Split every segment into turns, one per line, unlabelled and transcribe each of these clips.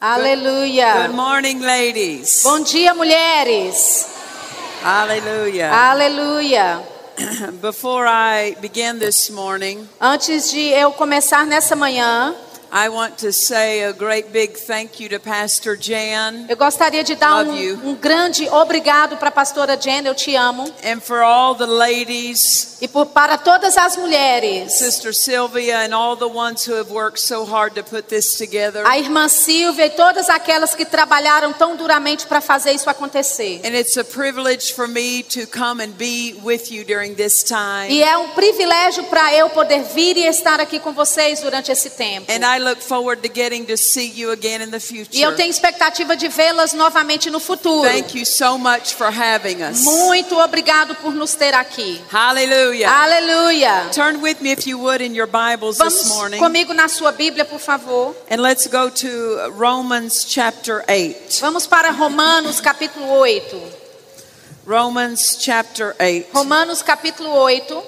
Aleluia.
Good morning, ladies.
Bom dia, mulheres.
Hallelujah.
Aleluia.
Before I begin this morning,
Antes de eu começar nessa manhã,
I want to say a great big thank you to Pastor Jan
eu gostaria de dar
Love you.
um, um grande obrigado para a pastora Jen, eu te amo.
and for all the ladies,
E por, para todas as mulheres,
Sister Sylvia, and all the ones who have worked so hard to put this together.
a irmã Silvia e todas aquelas que trabalharam tão duramente para fazer isso acontecer.
And it's a privilege for me to come and be with you during this time.
E é um privilégio para eu poder vir e estar aqui com vocês durante esse tempo.
And I look forward to getting to see you again in the
E eu
future.
tenho expectativa de vê-las novamente no futuro.
Thank you so much for having us.
Muito obrigado por nos ter aqui. Ah.
Hallelujah.
Aleluia.
Turn with me, if you would, in your Bibles this
Vamos
morning.
comigo na sua Bíblia, por favor.
And let's go to Romans chapter 8.
Vamos para Romanos capítulo 8.
Romans chapter 8.
Romanos capítulo 8.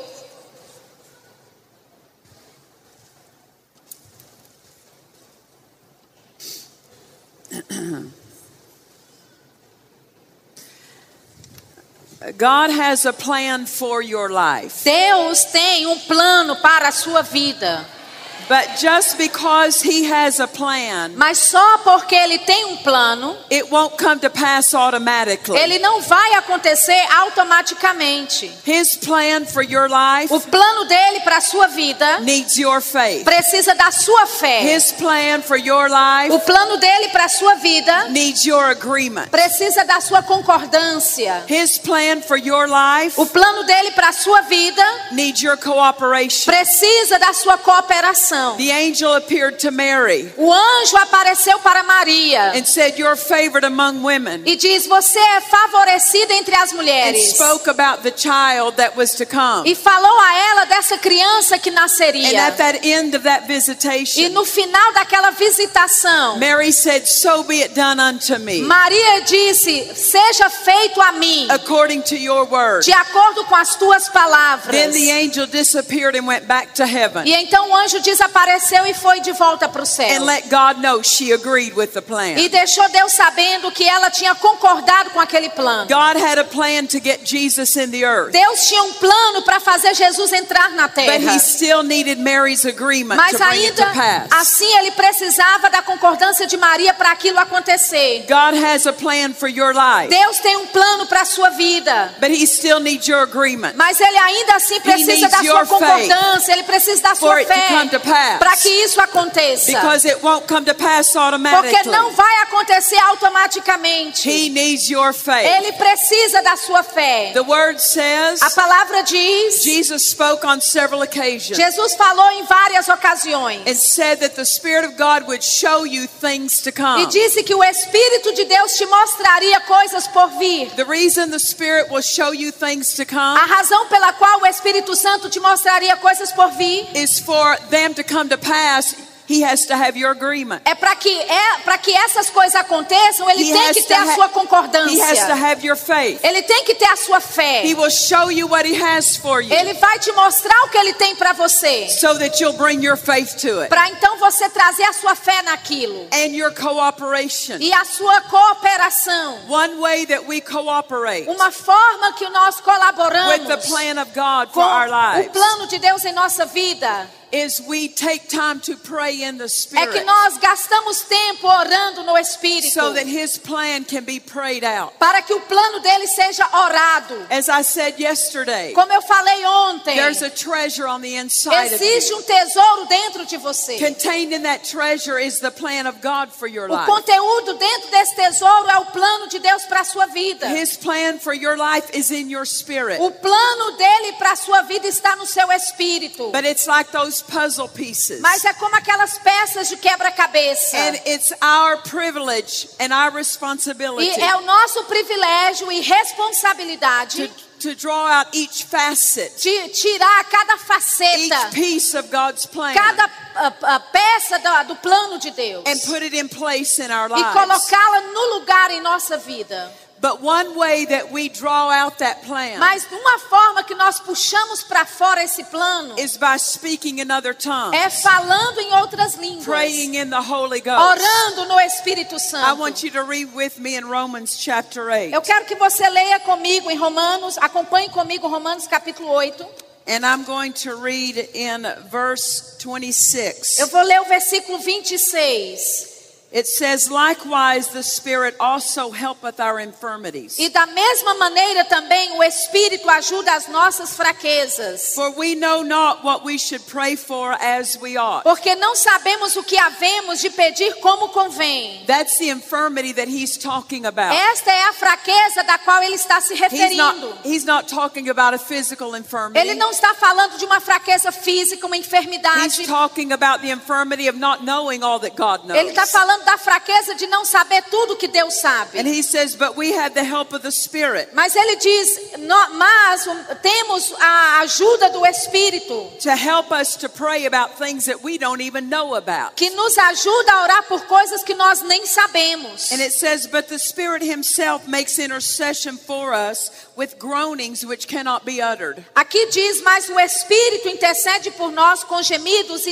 God has a plan for your life.
Deus tem um plano para a sua vida,
But just because He has a plan,
mas só porque ele tem um plano,
it won't come to pass automatically.
ele não vai acontecer automaticamente.
His plan for your life
O plano dele para a sua vida
needs your faith.
precisa da sua fé.
His plan for your life
O plano dele para a sua vida
needs your agreement.
precisa da sua concordância.
His plan for your life
O plano dele para a sua vida
needs your cooperation.
precisa da sua cooperação.
The angel appeared to Mary
O anjo apareceu para Maria
and said, You're favored among women.
e diz: Você é favorecida entre as
And
mulheres.
spoke about the child that was to come.
E falou a ela dessa criança que
And
nasceria.
at that end of that
E
visitation,
no final daquela visitação,
Mary said, So be it done unto me,
Maria disse: Seja feito a mim,
according to your word.
de acordo com as tuas
Then
palavras.
the angel disappeared and went back to heaven
E então o anjo desapareceu e foi de volta para o céu.
and let God know she agreed with the plan.
E deixou Deus sabendo que ela tinha concordado com aquele plano.
God had a plan to get Jesus in the earth.
Deus tinha um plano para fazer Jesus entrar na
But
terra.
he still needed Mary's agreement to
Mas
bring it to
ainda
pass.
assim ele precisava da concordância de Maria para aquilo acontecer.
God has a plan for your life,
Deus tem um plano para a sua vida.
but he still needs your agreement
Mas ele ainda assim precisa
needs
da sua
your faith
concordância, ele precisa da
for
sua
it to come to
fé para que
pass.
isso aconteça.
Because it won't come to pass
Porque não
automatically.
vai acontecer automaticamente.
He needs your faith.
Ele precisa da sua fé.
The word
A
says
palavra diz:
Jesus spoke on several occasions
Jesus falou em várias ocasiões
and said that the Spirit of God would show you things to
e
come.
disse que o Espírito de Deus te mostraria coisas por vir.
The reason the Spirit will show you things to
A
come
razão pela qual o Espírito Santo te mostraria coisas por vir
is for them to come to pass, He has to have your agreement.
é para que é para que essas coisas aconteçam, ele
He
tem
has
que
to
ter a
ha-
sua
He has to
concordância.
have your faith.
Ele tem que ter a sua fé.
He will show you what he has for you
Ele vai te mostrar o que ele tem para você,
so that you'll bring your faith to it
para então você trazer a sua fé naquilo
and your cooperation.
e a sua cooperação.
One way that we cooperate
Uma forma que nós
with the
colaboramos
plan of God
com
for our
o
lives
plano de Deus em nossa vida
is we take time to pray in the
é que
Spirit
nós gastamos tempo orando no Espírito
so that his plan can be prayed out.
para que o plano dele seja orado.
As I said yesterday,
Como eu falei ontem,
there's a treasure on the inside of
existe
you.
um tesouro dentro de você.
Contained in that treasure is the plan of God for your
O
life.
conteúdo dentro desse tesouro é o plano de Deus para a sua vida.
His plan for your life is in your spirit.
O plano dele para a sua vida está no seu espírito.
But it's like those puzzle pieces.
Mas é como aquelas peças de quebra-cabeça.
And it's our privilege and our responsibility
E é o nosso privilégio e
to,
responsabilidade
to draw out each facet,
de tirar cada
each
faceta,
piece of God's plan,
cada ah, ah, peça da- do plano de Deus
and put it in place in our
e
lives.
colocá-la no lugar em nossa vida.
But one way that we draw out that plan
Mas uma forma que nós puxamos para fora esse plano
is by speaking in other tongues,
é falando em outras línguas,
praying in the Holy Ghost.
orando no Espírito
I
Santo.
want you to read with me in Romans chapter 8.
Eu quero que você leia comigo em Romanos, acompanhe comigo Romanos capítulo 8.
And I'm going to read in verse
Eu
26.
vou ler o versículo 26.
It says, Likewise, the Spirit also helpeth our infirmities.
E da mesma maneira também o Espírito ajuda as nossas fraquezas.
For we know not what we should pray for as we ought.
Porque não sabemos o que havemos de pedir como convém.
That's the infirmity that he's talking about.
Esta é a fraqueza da qual ele está se
He's
referindo.
not, he's not talking about a physical
Ele
infirmity.
não está falando de uma fraqueza física, uma enfermidade.
He's talking about the infirmity of not knowing all that God
Ele está
knows.
falando da fraqueza de não saber tudo que Deus
And
sabe.
he says, But we have the help of the Spirit
Mas ele diz: "Nó- Mas o- temos a ajuda do Espírito,
to help us to pray about things that we don't even know about.
que nos ajuda a orar por coisas que nós nem sabemos.
And it says, But the Spirit Himself makes intercession for us with groanings which cannot be uttered.
Aqui diz: Mas o Espírito intercede por nós com gemidos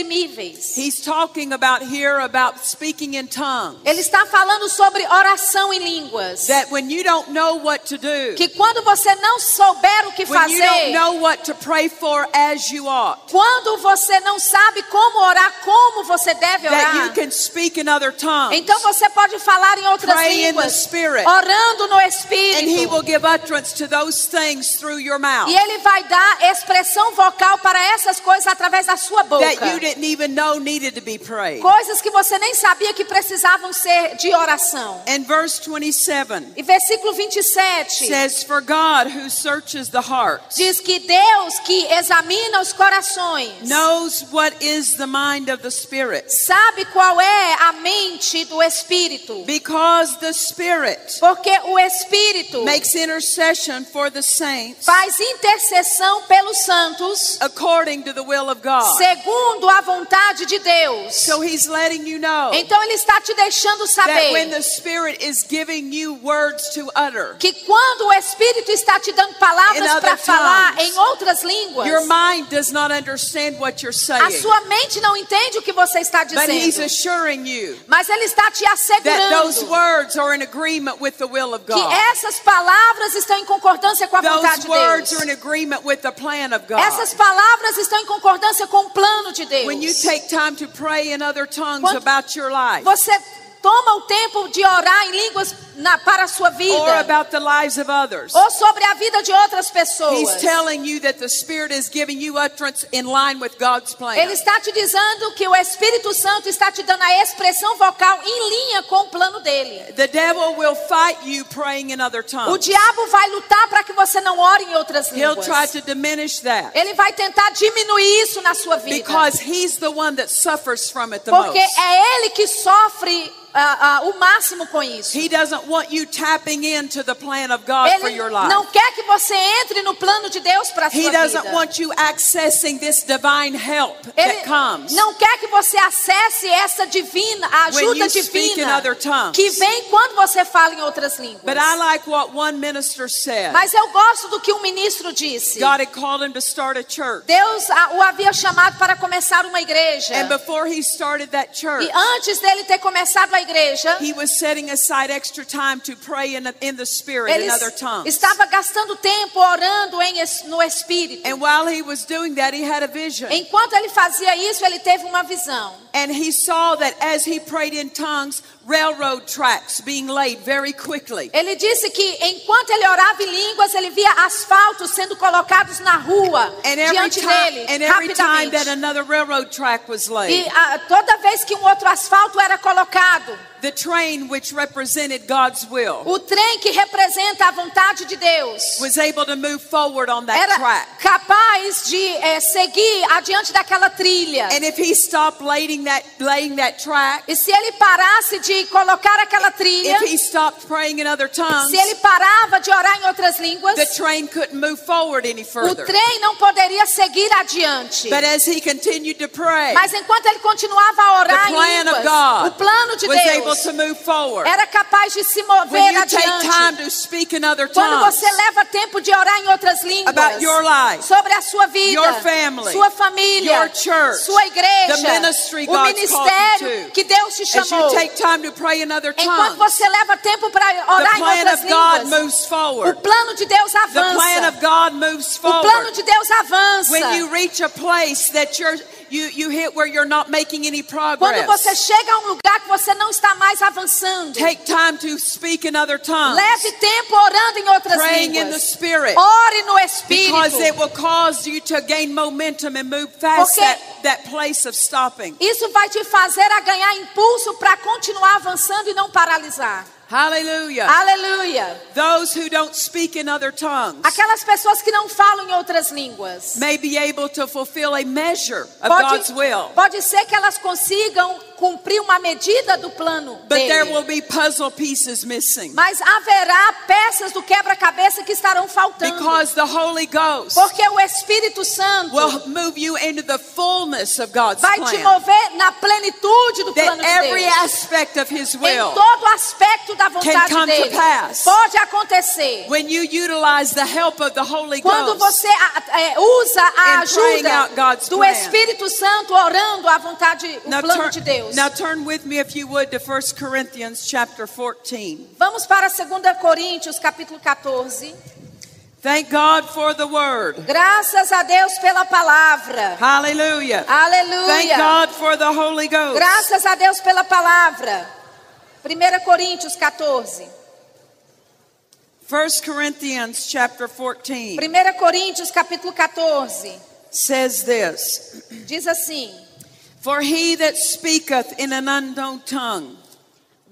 inexprimíveis.
He's talking about here about speaking in tongues.
Ele está falando sobre oração em línguas.
That when you don't know what to do,
Que quando você não souber o que
when you don't
fazer,
know what to pray for as you ought,
quando você não sabe como orar, como você deve
that you
orar,
can speak in other tongues.
então você pode falar em outras
Pray in the
línguas,
Spirit.
orando no
And He will
Espírito.
give utterance to those things through your mouth
E ele vai dar expressão vocal para essas coisas através da sua boca.
that you didn't even know needed to be prayed.
Coisas que você nem sabia que precisavam ser de oração.
And verse 27
E versículo 27
says, For God who searches the hearts.
diz que Deus que examina os corações
knows what is the mind of the Spirit.
sabe qual é a mente do Espírito.
Because the Spirit
Porque o Espírito
makes intercession for the saints
faz intercessão pelos santos
according to the will of God.
segundo a vontade de Deus.
So He's letting you know
Então ele está te deixando
that
saber
when the Spirit is giving you words to utter,
que quando o Espírito está te dando
In
palavras
other
para falar
tongues,
em outras
your
línguas,
mind does not understand what you're
a
saying.
sua mente não entende o que você está
But He's
dizendo.
assuring you
Mas ele está te
that those
assegurando
words are in agreement with the will of
que
God.
essas palavras estão em concordância com a vontade
Those
de
words
Deus.
are in agreement with the plan of God.
Essas palavras estão em concordância com o plano de
When you
Deus.
take time to pray in other tongues
Quando-
about your life,
Você toma o tempo de orar em línguas na- para a sua
or
vida
about the lives of others.
ou sobre a vida de outras pessoas.
He's telling you that the Spirit is giving you utterance in line with God's
Ele
plan.
está te dizendo que o Espírito Santo está te dando a expressão vocal em linha com o plano dele.
The devil will fight you praying in other
O
tongues.
diabo vai lutar para que você não ore em outras
He'll
línguas.
try to diminish that
Ele vai tentar diminuir isso na sua vida.
because he's the one that suffers from it the
Porque
most.
é ele que sofre ah, ah, o máximo com isso.
He doesn't want you tapping into the plan of God for
Ele
your
não
life.
quer que você entre no plano de Deus para a sua
He doesn't
vida.
want you accessing this divine help that
Ele
comes.
não quer que você acesse essa divina, a
When
ajuda
you speak in
divina
other tongues.
que vem quando você fala em outras línguas.
But I like what one minister said.
Mas eu gosto do que um ministro disse.
God had called him to start a church.
Deus a- o havia chamado para começar uma igreja.
And before he started that church,
E antes dele ter começado a igreja,
He was setting aside extra time to pray in the, in the spirit
ele
in other tongues.
estava gastando tempo orando em es- no Espírito.
And while he was doing that, he had a vision.
Enquanto ele fazia isso, ele teve uma visão.
And he saw that as he prayed in tongues, railroad tracks being laid very quickly.
Ele disse que enquanto ele orava em línguas, ele via asfaltos sendo colocados na rua
And every
diante
time,
dele,
and every time that
rapidamente.
another railroad track was
E
laid,
ah, toda vez que um outro asfalto era colocado,
the train which represented God's will
o trem que representa a vontade de Deus
was able to move forward on that
era
track.
capaz de eh, seguir adiante daquela trilha.
And if he stopped lading that, laying that track,
E se ele parasse de colocar aquela trilha,
if he stopped praying in other tongues,
se ele parava de orar em outras línguas,
the train couldn't move forward any
o
further.
trem não poderia seguir adiante.
But as he continued to pray,
Mas enquanto ele continuava a
the
orar em
plan of
línguas,
God
o plano de
was able
Deus
to move forward.
era capaz de se
When
mover
you take time
adiante.
to speak in other
Quando
tongues,
você leva tempo de orar em outras línguas,
About your life,
sobre a sua vida,
your family,
sua família,
your church,
sua igreja,
the ministry
o
God's called you
ministério
to.
que Deus te
as you
chamou.
take time to pray in other
Enquanto
tongues,
você leva tempo para
the
orar em
plan
outras
of God
línguas,
moves
o
forward.
plano de Deus
The plan
avança.
of God moves
O plano
forward.
de Deus
When
avança.
you reach a place that you're, you, you hit where you're not making any
Quando você
progress,
chega a um lugar que você não está mais avançando,
take time to speak in other tongues,
leve tempo orando em outras
praying in the
línguas.
Spirit,
Ore no Espírito.
because it will cause you to gain momentum and move past
Porque-
that, that place of stopping.
Isso vai te fazer a ganhar impulso para continuar avançando e não paralisar.
Hallelujah.
Aleluia.
Those who don't speak in other tongues
Aquelas pessoas que não falam em outras línguas.
may be able to fulfill a measure of God's will.
Pode, pode ser que elas consigam cumprir uma medida do plano
But there
dele.
will be puzzle pieces missing
Mas haverá peças do quebra-cabeça que estarão faltando.
because the Holy Ghost
Porque o Espírito Santo
will move you into the fullness of God's
vai te
plan.
mover na plenitude do
That
plano de
every
Deus.
aspect of His
Em
will,
todo aspecto da
can
vontade
come to
dele.
pass.
Pode acontecer.
when you utilize the help of the Holy
Quando
Ghost,
você a- é, usa a
And praying out
ajuda
God's
do
plan.
Espírito Santo orando a vontade, o
now
plano
turn,
de Deus.
now turn with me, if you would, to 1 Corinthians chapter 14.
Vamos para 2 Coríntios, capítulo 14.
Thank God for the Word.
Graças a Deus pela palavra.
Hallelujah. Thank
Aleluia.
God for the Holy Ghost.
Graças a Deus pela palavra. 1 Coríntios 14.
1 Corinthians chapter 14
1 Coríntios, capítulo 14.
says this.
Diz assim.
For he that speaketh in an unknown tongue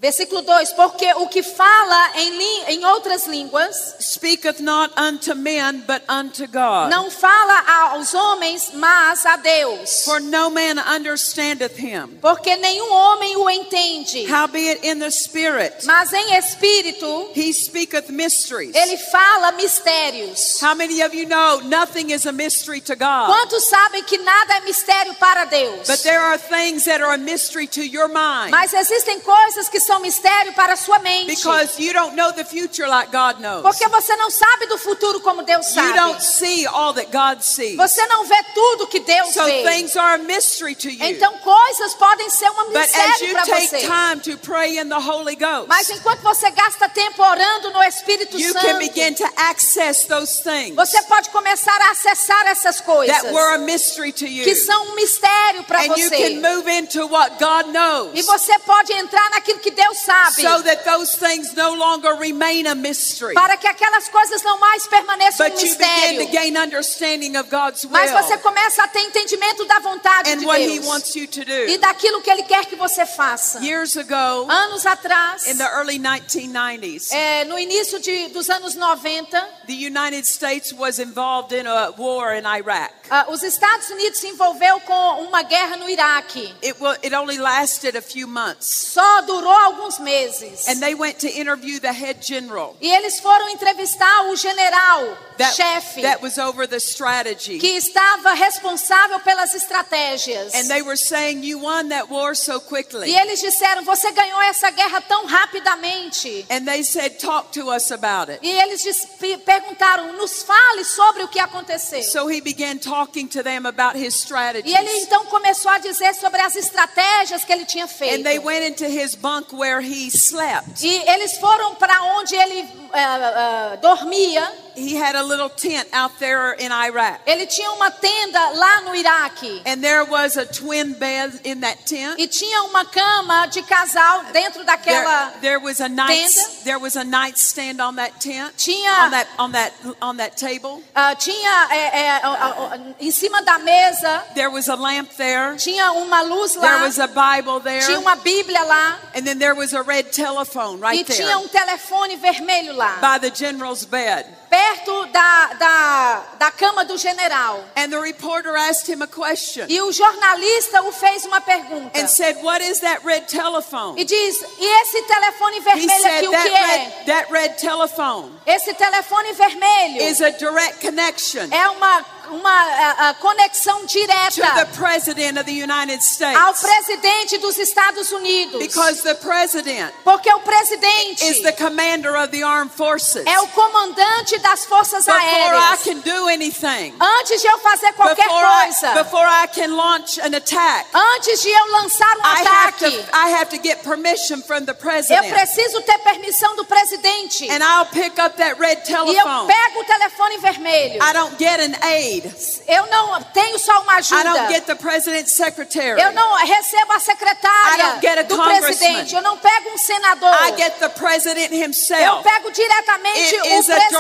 Versículo 2: Porque o que fala em, lí- em outras línguas
speaketh not unto men, but unto God.
não fala aos homens, mas a Deus.
For no man understandeth him.
Porque nenhum homem o entende,
Howbeit in the spirit,
mas em espírito
he speaketh mysteries.
ele fala mistérios.
How many of you know nothing is a mystery to God?
Quantos sabem que nada é mistério para Deus?
Ah. But there are things that are a mystery to your mind
Mas existem coisas que são mistério para a sua mente.
because you don't know the future like God knows.
Porque você não sabe do futuro como Deus
You
sabe.
don't see all that God sees.
Você não vê tudo que Deus
So
vê.
things are a mystery to you.
Então coisas podem ser uma
But as
mistério
you
para
take
você.
time to pray in the Holy
Mas
Ghost,
enquanto você gasta tempo orando no Espírito
you
Santo,
can begin to access those things
você pode começar a acessar essas coisas
that were a mystery to you.
que são um mistério para
And you
você.
can move into what God
E
knows
você pode entrar naquilo que Deus sabe,
so that those things no longer remain a mystery.
para que aquelas coisas não mais permaneçam um
But you begin to
mistério.
gain understanding of God's
Mas você
will
começa a ter entendimento da vontade
and
de
what He
Deus
wants you to
e
do.
daquilo que Ele quer que você faça.
Years ago,
Anos atrás,
in the early 1990s,
é, no início de- dos anos 90,
the United States was involved in a war in Iraq.
ah, os Estados Unidos se envolveu com uma guerra no Iraque.
It, wa- it only lasted a few months.
só durou alguns meses.
And they went to interview the head general
E eles foram entrevistar o general,
that,
chefe,
that was over the strategy.
que estava responsável pelas estratégias.
And they were saying, You won that war so
E
quickly.
eles disseram: Você ganhou essa guerra tão rapidamente.
And they said, Talk to us about it.
E eles dis- pe- perguntaram: Nos fale sobre o que aconteceu.
So he began talking to them about
E
his
ele
strategies.
então começou a dizer sobre as estratégias que ele tinha
And
feito.
they went into his bunk where he slept.
E eles foram para onde ele ah, ah, dormia.
He had a little tent out there in Iraq.
Ele tinha uma tenda lá no Iraque.
And there was a twin bed in that tent.
E tinha uma cama de casal dentro daquela.
There, there was a night
tenda.
there was a nightstand on that tent.
Tinha-
on that on that on that table.
ah, tinha é, é, ó, ó, ó, em cima da mesa
There was a lamp there.
tinha uma luz
There
lá,
was a Bible there.
tinha uma Bíblia lá
And then there was a red telephone
e
right
tinha
there
um telefone vermelho lá
by the general's bed.
perto da, da, da cama do general.
And the reporter asked him a question
E o jornalista o fez uma pergunta.
and said, What is that red telephone?
E diz: E esse telefone
He
vermelho
said,
aqui, o que
That
é?
red, that red telephone
Esse telefone vermelho
is a direct connection to
é uma, uma ah, ah, conexão
the
direta
President of the United
ao
States
presidente dos Estados Unidos.
because the President
Porque o
is
presidente
the commander of the armed forces.
é o comandante das forças
Before I
aéreas.
can do anything,
Antes de eu fazer qualquer
before I,
coisa,
before I can launch an attack,
antes de eu lançar um
I have
ataque,
to I have to get permission from the
eu
president.
preciso ter permissão do presidente.
And I'll pick up that red
E eu
telephone.
pego o telefone vermelho.
I don't get an aid.
Eu não tenho só uma
I don't
ajuda.
get the president's secretary.
Eu não recebo a
I don't get a
secretária do
congressman.
presidente. Eu não pego um senador.
I get the president
Eu
himself.
pego diretamente
É. It
o
is a direct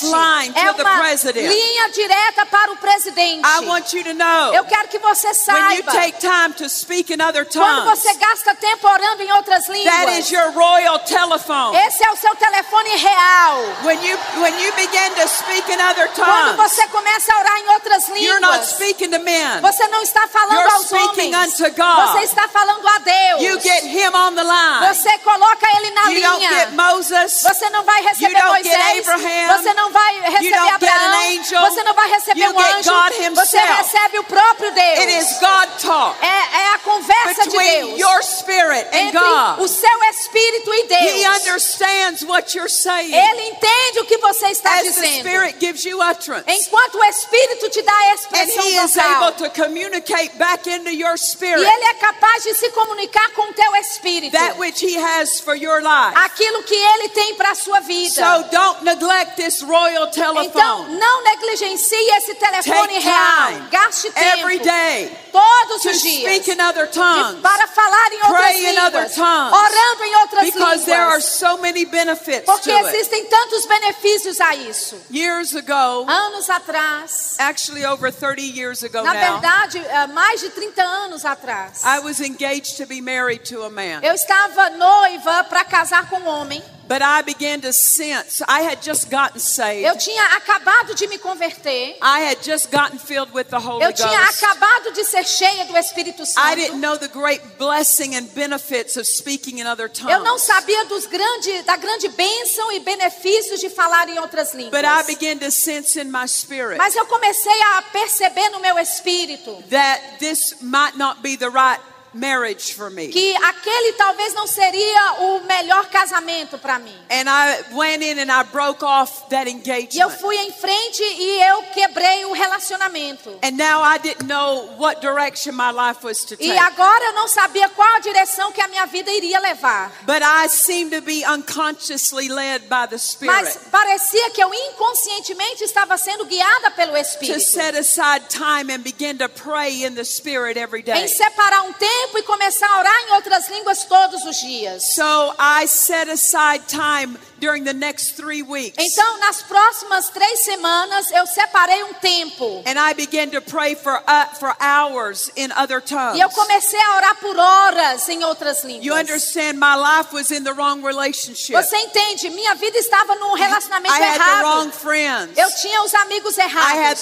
presidente.
line to
É
the
uma
president.
linha direta para o presidente.
I want you to know
Eu quero que você
when you
saiba.
take time to speak in other
Quando
tongues,
você gasta tempo orando em outras
that is
línguas,
your royal telephone.
esse é o seu telefone real.
When you when you begin to speak in other
Quando
tongues,
você começa a orar em outras
you're not
línguas,
speaking to men.
você não está falando
You're
aos
speaking
homens.
unto God.
Você está falando a
You
Deus.
get him on the line.
Você coloca ele na
You don't get
linha.
Moses.
Você não vai
You
receber
don't get
Moisés.
Abraham.
Você não vai receber
don't get an
Abraão.
angel.
Você não vai receber
You
um
get
anjo.
God himself.
Você recebe o próprio
It
Deus.
is God talk
É, é a conversa de
between
Deus
your spirit and
entre o
God.
seu espírito e
He
Deus.
understands what you're saying
Ele entende o que você está
as the
dizendo.
Spirit gives you utterance.
Enquanto o Espírito te dá a
And
expressão
He is
vocal.
able to communicate back into your
E
spirit
ele é capaz de se comunicar com o teu espírito.
that which He has for your life.
Aquilo que ele tem para a sua
So
vida.
don't neglect this royal
Então,
telephone
não negligencie esse telefone
Take
real.
time.
Gaste
every
tempo
day
todos
to
os
speak
dias
in other tongues
para falar em outras
Pray in other
línguas,
tongues.
orando em outras
because there are
línguas,
so many benefits to
porque
it.
existem tantos benefícios a isso.
Years ago,
Anos atrás,
actually over 30 years ago
na
now,
verdade, eh, mais de 30 anos atrás,
I was engaged to be married to a man.
Eu estava noiva para casar com um homem.
But I began to sense, I had just gotten
Eu
saved.
tinha acabado de me converter.
I had just gotten filled with the Holy
Eu tinha
Ghost.
acabado de ser cheia do Espírito
I didn't
Santo.
know the great blessing and benefits of speaking in other
Eu não
tongues.
sabia dos grande, da grande bênção e benefícios de falar em outras línguas.
But I began to sense in my spirit
Mas eu comecei a perceber no meu espírito
that this might not be the right marriage for me.
que aquele talvez não seria o melhor casamento para mim.
And I went in and I broke off that
E eu
engagement.
fui em frente e eu quebrei o relacionamento.
And now I didn't know what direction my life was to
E
take.
agora eu não sabia qual a direção que a minha vida iria levar.
But I seemed to be unconsciously led by the Spirit.
Mas parecia que eu inconscientemente estava sendo guiada pelo
to
Espírito.
set aside time and begin to pray in the spirit every day.
Em separar um tempo e começar a orar em outras línguas todos os dias.
So I set aside time during the next three weeks.
Então, nas próximas três semanas, eu separei um tempo.
and I began to pray for uh, for hours in other tongues.
E eu comecei a orar por horas em outras
You
línguas.
understand, my life was in the wrong relationship.
Você entende? Minha vida estava num
I
relacionamento
had the wrong
errado.
friends.
Eu tinha os amigos
I had the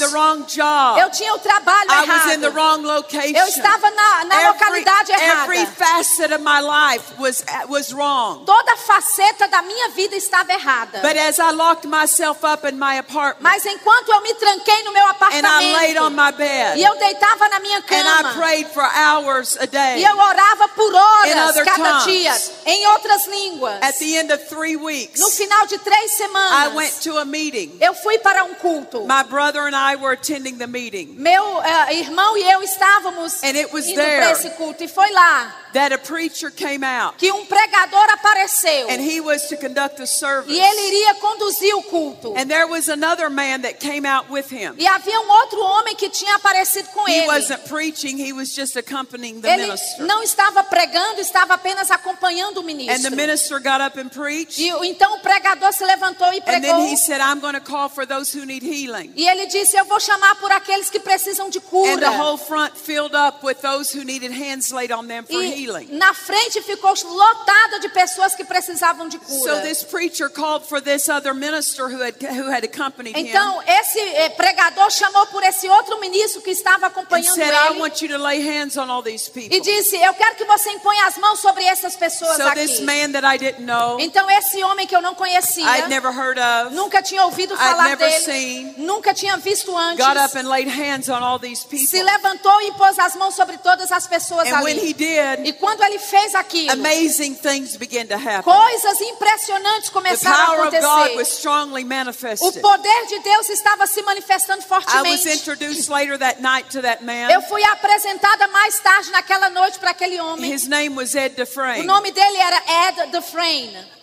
errados.
wrong job.
Eu tinha o trabalho
I was in the
errado.
wrong location.
Eu estava na, na
every,
localidade
every
errada.
facet of my life was uh, was wrong.
Toda faceta da minha vida estava errada.
But as I locked myself up in my apartment
Mas enquanto eu me tranquei no meu
and I laid on
apartamento
my bed,
e eu deitava na minha
And I
cama
prayed for hours a
e
day.
eu orava por
In
horas
other
cada
tongues.
dia em outras línguas.
At the end of three weeks,
No final de três
I went
semanas,
to a meeting.
eu fui para um culto.
My brother and I were attending the meeting
Meu eh, irmão e eu estávamos
And it was
indo
there.
para esse culto e foi lá
that a preacher came out
que um pregador apareceu
and
e
he was to conduct the service.
ele iria conduzir o culto.
And there was another man that came out with him.
E havia um outro homem que tinha aparecido com
He
ele.
wasn't preaching, he was just accompanying the
Ele
minister.
não estava pregando, estava apenas acompanhando o
And the
ministro.
minister got up and preached.
E o- então o pregador se levantou e
And then
pregou.
he said, I'm going to call for those who need healing.
E ele disse: Eu vou chamar por aqueles que precisam de
And the whole
cura.
front filled up with those who needed hands laid on them for
E
healing.
na frente ficou lotada de pessoas que precisavam de cura.
So this preacher called for this other minister who had who had accompanied him
Então, esse eh, pregador chamou por esse outro ministro que estava
and
acompanhando
said, "I
ele
want you to lay hands on all these people."
e disse: Eu quero que você imponha as mãos sobre essas pessoas
So this
aqui.
man that I didn't know,
Então, esse homem que eu não conhecia,
I'd never heard of,
nunca tinha ouvido
I'd
falar
never
dele,
seen,
nunca tinha visto antes,
got up and laid hands on all these
se
people.
levantou e pôs as mãos sobre todas as pessoas
And when
ali.
he did,
E quando ele fez aquilo,
amazing things began to happen.
coisas impressionantes
The
começaram
power
a
of God was
acontecer.
strongly
O
manifested.
poder de Deus estava se manifestando
I was
fortemente.
introduced later that night to that man.
Eu fui apresentada mais tarde naquela noite para aquele homem.
His name was Ed
O
Dufresne.
nome dele era Ed Dufresne.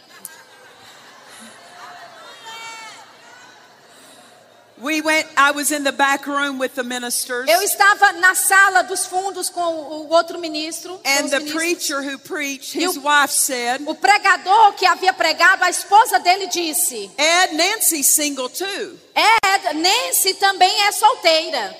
We went. I was in the back room with the ministers,
Eu estava na sala dos fundos com o o outro ministro. com
and
os
the
ministros.
preacher who preached,
E
his
o-
wife said,
O pregador que havia pregado, a esposa dele disse:
"Ed, Nancy's single too."
Ed, Nancy também é solteira.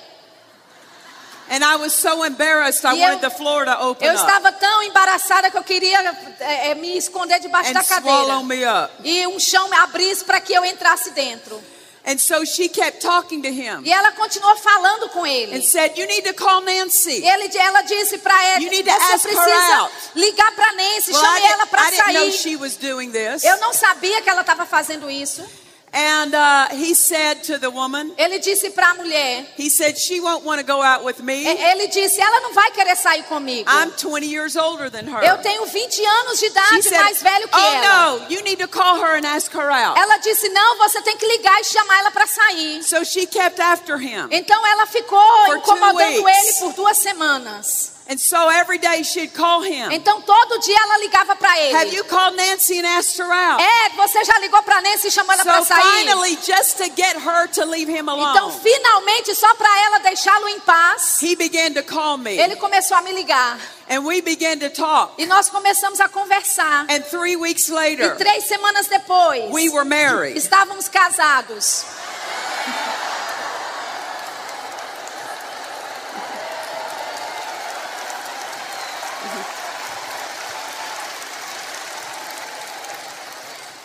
And I was so embarrassed, I
E
wanted
eu-
the floor to open
Eu
up
estava tão embaraçada que eu queria eh, eh, me esconder debaixo
and
da
swallow
cadeira.
me up.
E um chão abrisse para que eu entrasse dentro.
And so she kept talking to him
E ela continuou falando com ele.
and said, "You need to call
E
Nancy."
Ele, ela disse para
You
ele,
need to ask
você
her
precisa
out."
ligar para Nancy,
Well,
chame ela
I, did,
para
I didn't know
sair.
she was doing this.
Eu não sabia que ela estava fazendo isso.
And uh, he said to the woman,
Ele disse para a mulher,
he said, "She won't want to go out with me.
e- ele disse, ela não vai querer sair comigo.
I'm 20 years older than her."
Eu tenho 20 anos de
She
idade,
said,
mais velho que
"Oh
ela.
no, you need to call her and ask her out."
Ela disse, não, você tem que ligar e chamar ela para sair.
So she kept after him.
Então ela ficou
For two
incomodando
weeks.
ele por duas semanas.
And so every day she'd call him.
Então todo dia ela ligava para
Have
ele.
you called Nancy and asked her out?
É, você já ligou para Nancy e chamou ela
So
para sair?
finally, oh. just to get her to leave him
Então,
alone,
finalmente, só para ela deixá-lo em paz,
he began to call me.
ele começou a me ligar.
And we began to talk.
E nós começamos a conversar.
And three weeks
E
later,
três semanas depois,
we were married.
estávamos casados.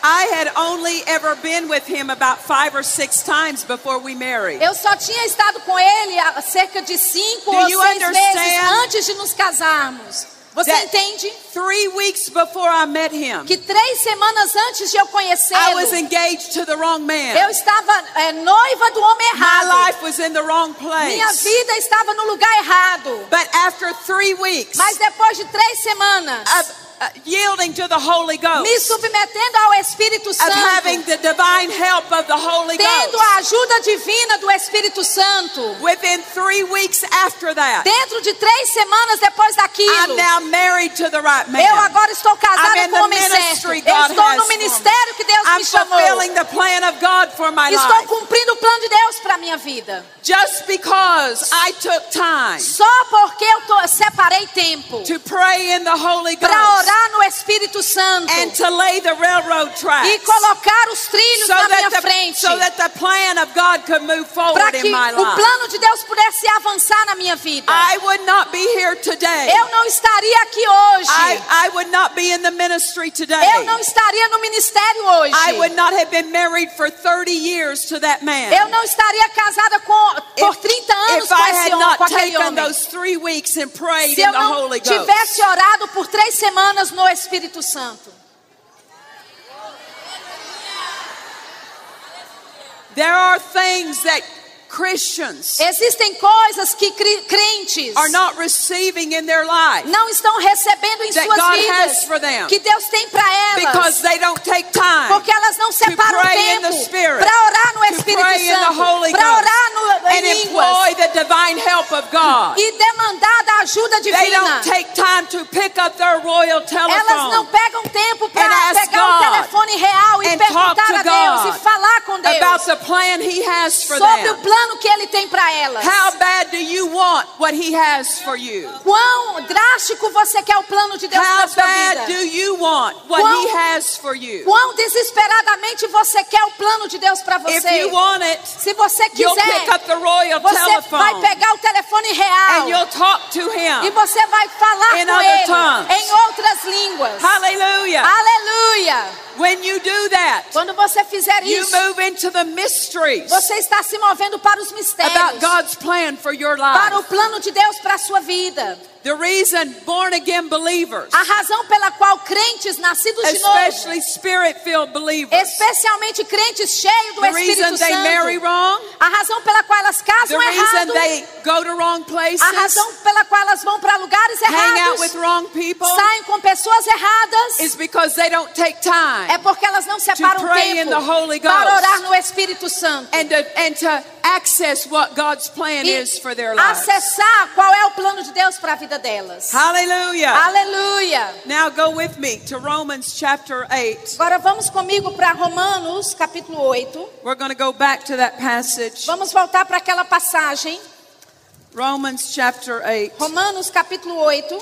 I had only ever been with him about five or six times before we married.
Eu só tinha estado com ele há cerca de cinco
Do
ou
you
seis meses
understand
antes de nos casarmos. Você
that-
entende?
Three weeks before I met him,
Que três semanas antes de eu
I was
conhecê-lo,
engaged to the wrong
eu
man.
estava é, noiva do homem
My
errado.
life was in the wrong
Minha
place.
vida estava no lugar errado.
But after three weeks
Mas depois de três semanas,
of uh, yielding to the
me
Holy Ghost,
submetendo ao Espírito
of having
Santo,
the divine help of the Holy
tendo
Ghost,
a ajuda divina do Espírito Santo,
within three weeks after that,
dentro de três semanas depois daquilo,
I'm now married to the right
eu
man.
agora estou
I'm
casada
in
com o
the
homem certo. Eu
ministry God
estou
has
no
for me.
ministério que Deus
I'm
me chamou.
fulfilling the plan of God for my
Estou
life.
cumprindo o plano de Deus para minha vida.
Just because I took time
Só porque eu to- separei tempo
to pray in the Holy
para
Ghost
orar no Espírito Santo
and to lay the railroad
e
tracks
colocar os trilhos
so
na
that,
minha
the,
frente.
so that the plan of God could move
para
forward
que
in my
o
life.
plano de Deus pudesse avançar na minha vida.
I would not be here today.
Eu não estaria aqui hoje.
I, I would not be in the ministry
Eu
today.
não estaria no ministério
I would
hoje.
not have been married for 30 years to that man.
Eu não estaria casada com, por 30 anos
if
com,
I had
esse homem,
not
com aquele
taken
homem.
those three weeks and prayed
Se
in
eu
the
não
Holy Ghost.
tivesse orado por três semanas no Espírito Santo.
There are things that Christians
Existem coisas que cri- crentes
are not receiving in their life
não estão recebendo em
that
suas
God has for
vidas
them.
que Deus tem para elas.
because they don't take time
Porque elas não separam o
pray in the
tempo
Spirit,
para orar no
to
Espírito
pray in the Holy
Santo, para
Ghost
orar no,
and
em línguas
employ the divine help of God.
e demandar da ajuda
They
divina.
don't take time to pick up their royal
Elas não
telephone
pegam tempo
and
para
ask
pegar o
God
telefone real e
and talk
perguntar
to
a Deus
God
e falar com
about
Deus
the plan He has for
sobre o
them.
plano que Ele tem para elas.
How bad do you want what He has for you?
Quão drástico você quer o plano de Deus para
How
sua
bad do
vida?
you want what
Quão-
He has for you?
Quão desesperadamente você quer o plano de Deus para
If
você?
you want it,
Se você
you'll pick
quiser,
up the royal
você vai
telephone
pegar o telefone
and
real
you'll talk to
e
Him.
você vai falar
In
com
other
Ele
tongues.
em outras línguas.
Hallelujah.
Aleluia!
When you do that,
Quando você fizer
you
isso,
move into the mysteries
você está se movendo para os
about
mistérios,
God's plan for your
para
life.
o plano de Deus para a sua vida.
The reason born again believers,
A razão pela qual crentes nascidos de novo,
especially spirit filled believers,
especialmente crentes cheios do
the reason
Espírito
they marry
Santo,
wrong,
a razão pela qual elas
the
casam
reason
errado,
they go to wrong places,
a razão pela qual elas vão para lugares
hang out
errados,
with wrong people,
saem com pessoas erradas,
is because they don't take
é
time
porque elas não separam
pray in the Holy
tempo para
Ghost.
orar no Espírito Santo.
and to, and to access what God's plan
e
is for their lives.
acessar qual é o plano de Deus para a vida delas.
Hallelujah.
Aleluia!
Now go with me to Romans chapter 8.
Agora vamos comigo para Romanos capítulo 8.
We're going to go back to that passage.
Vamos voltar para aquela passagem.
Romans chapter 8.
Romanos capítulo 8.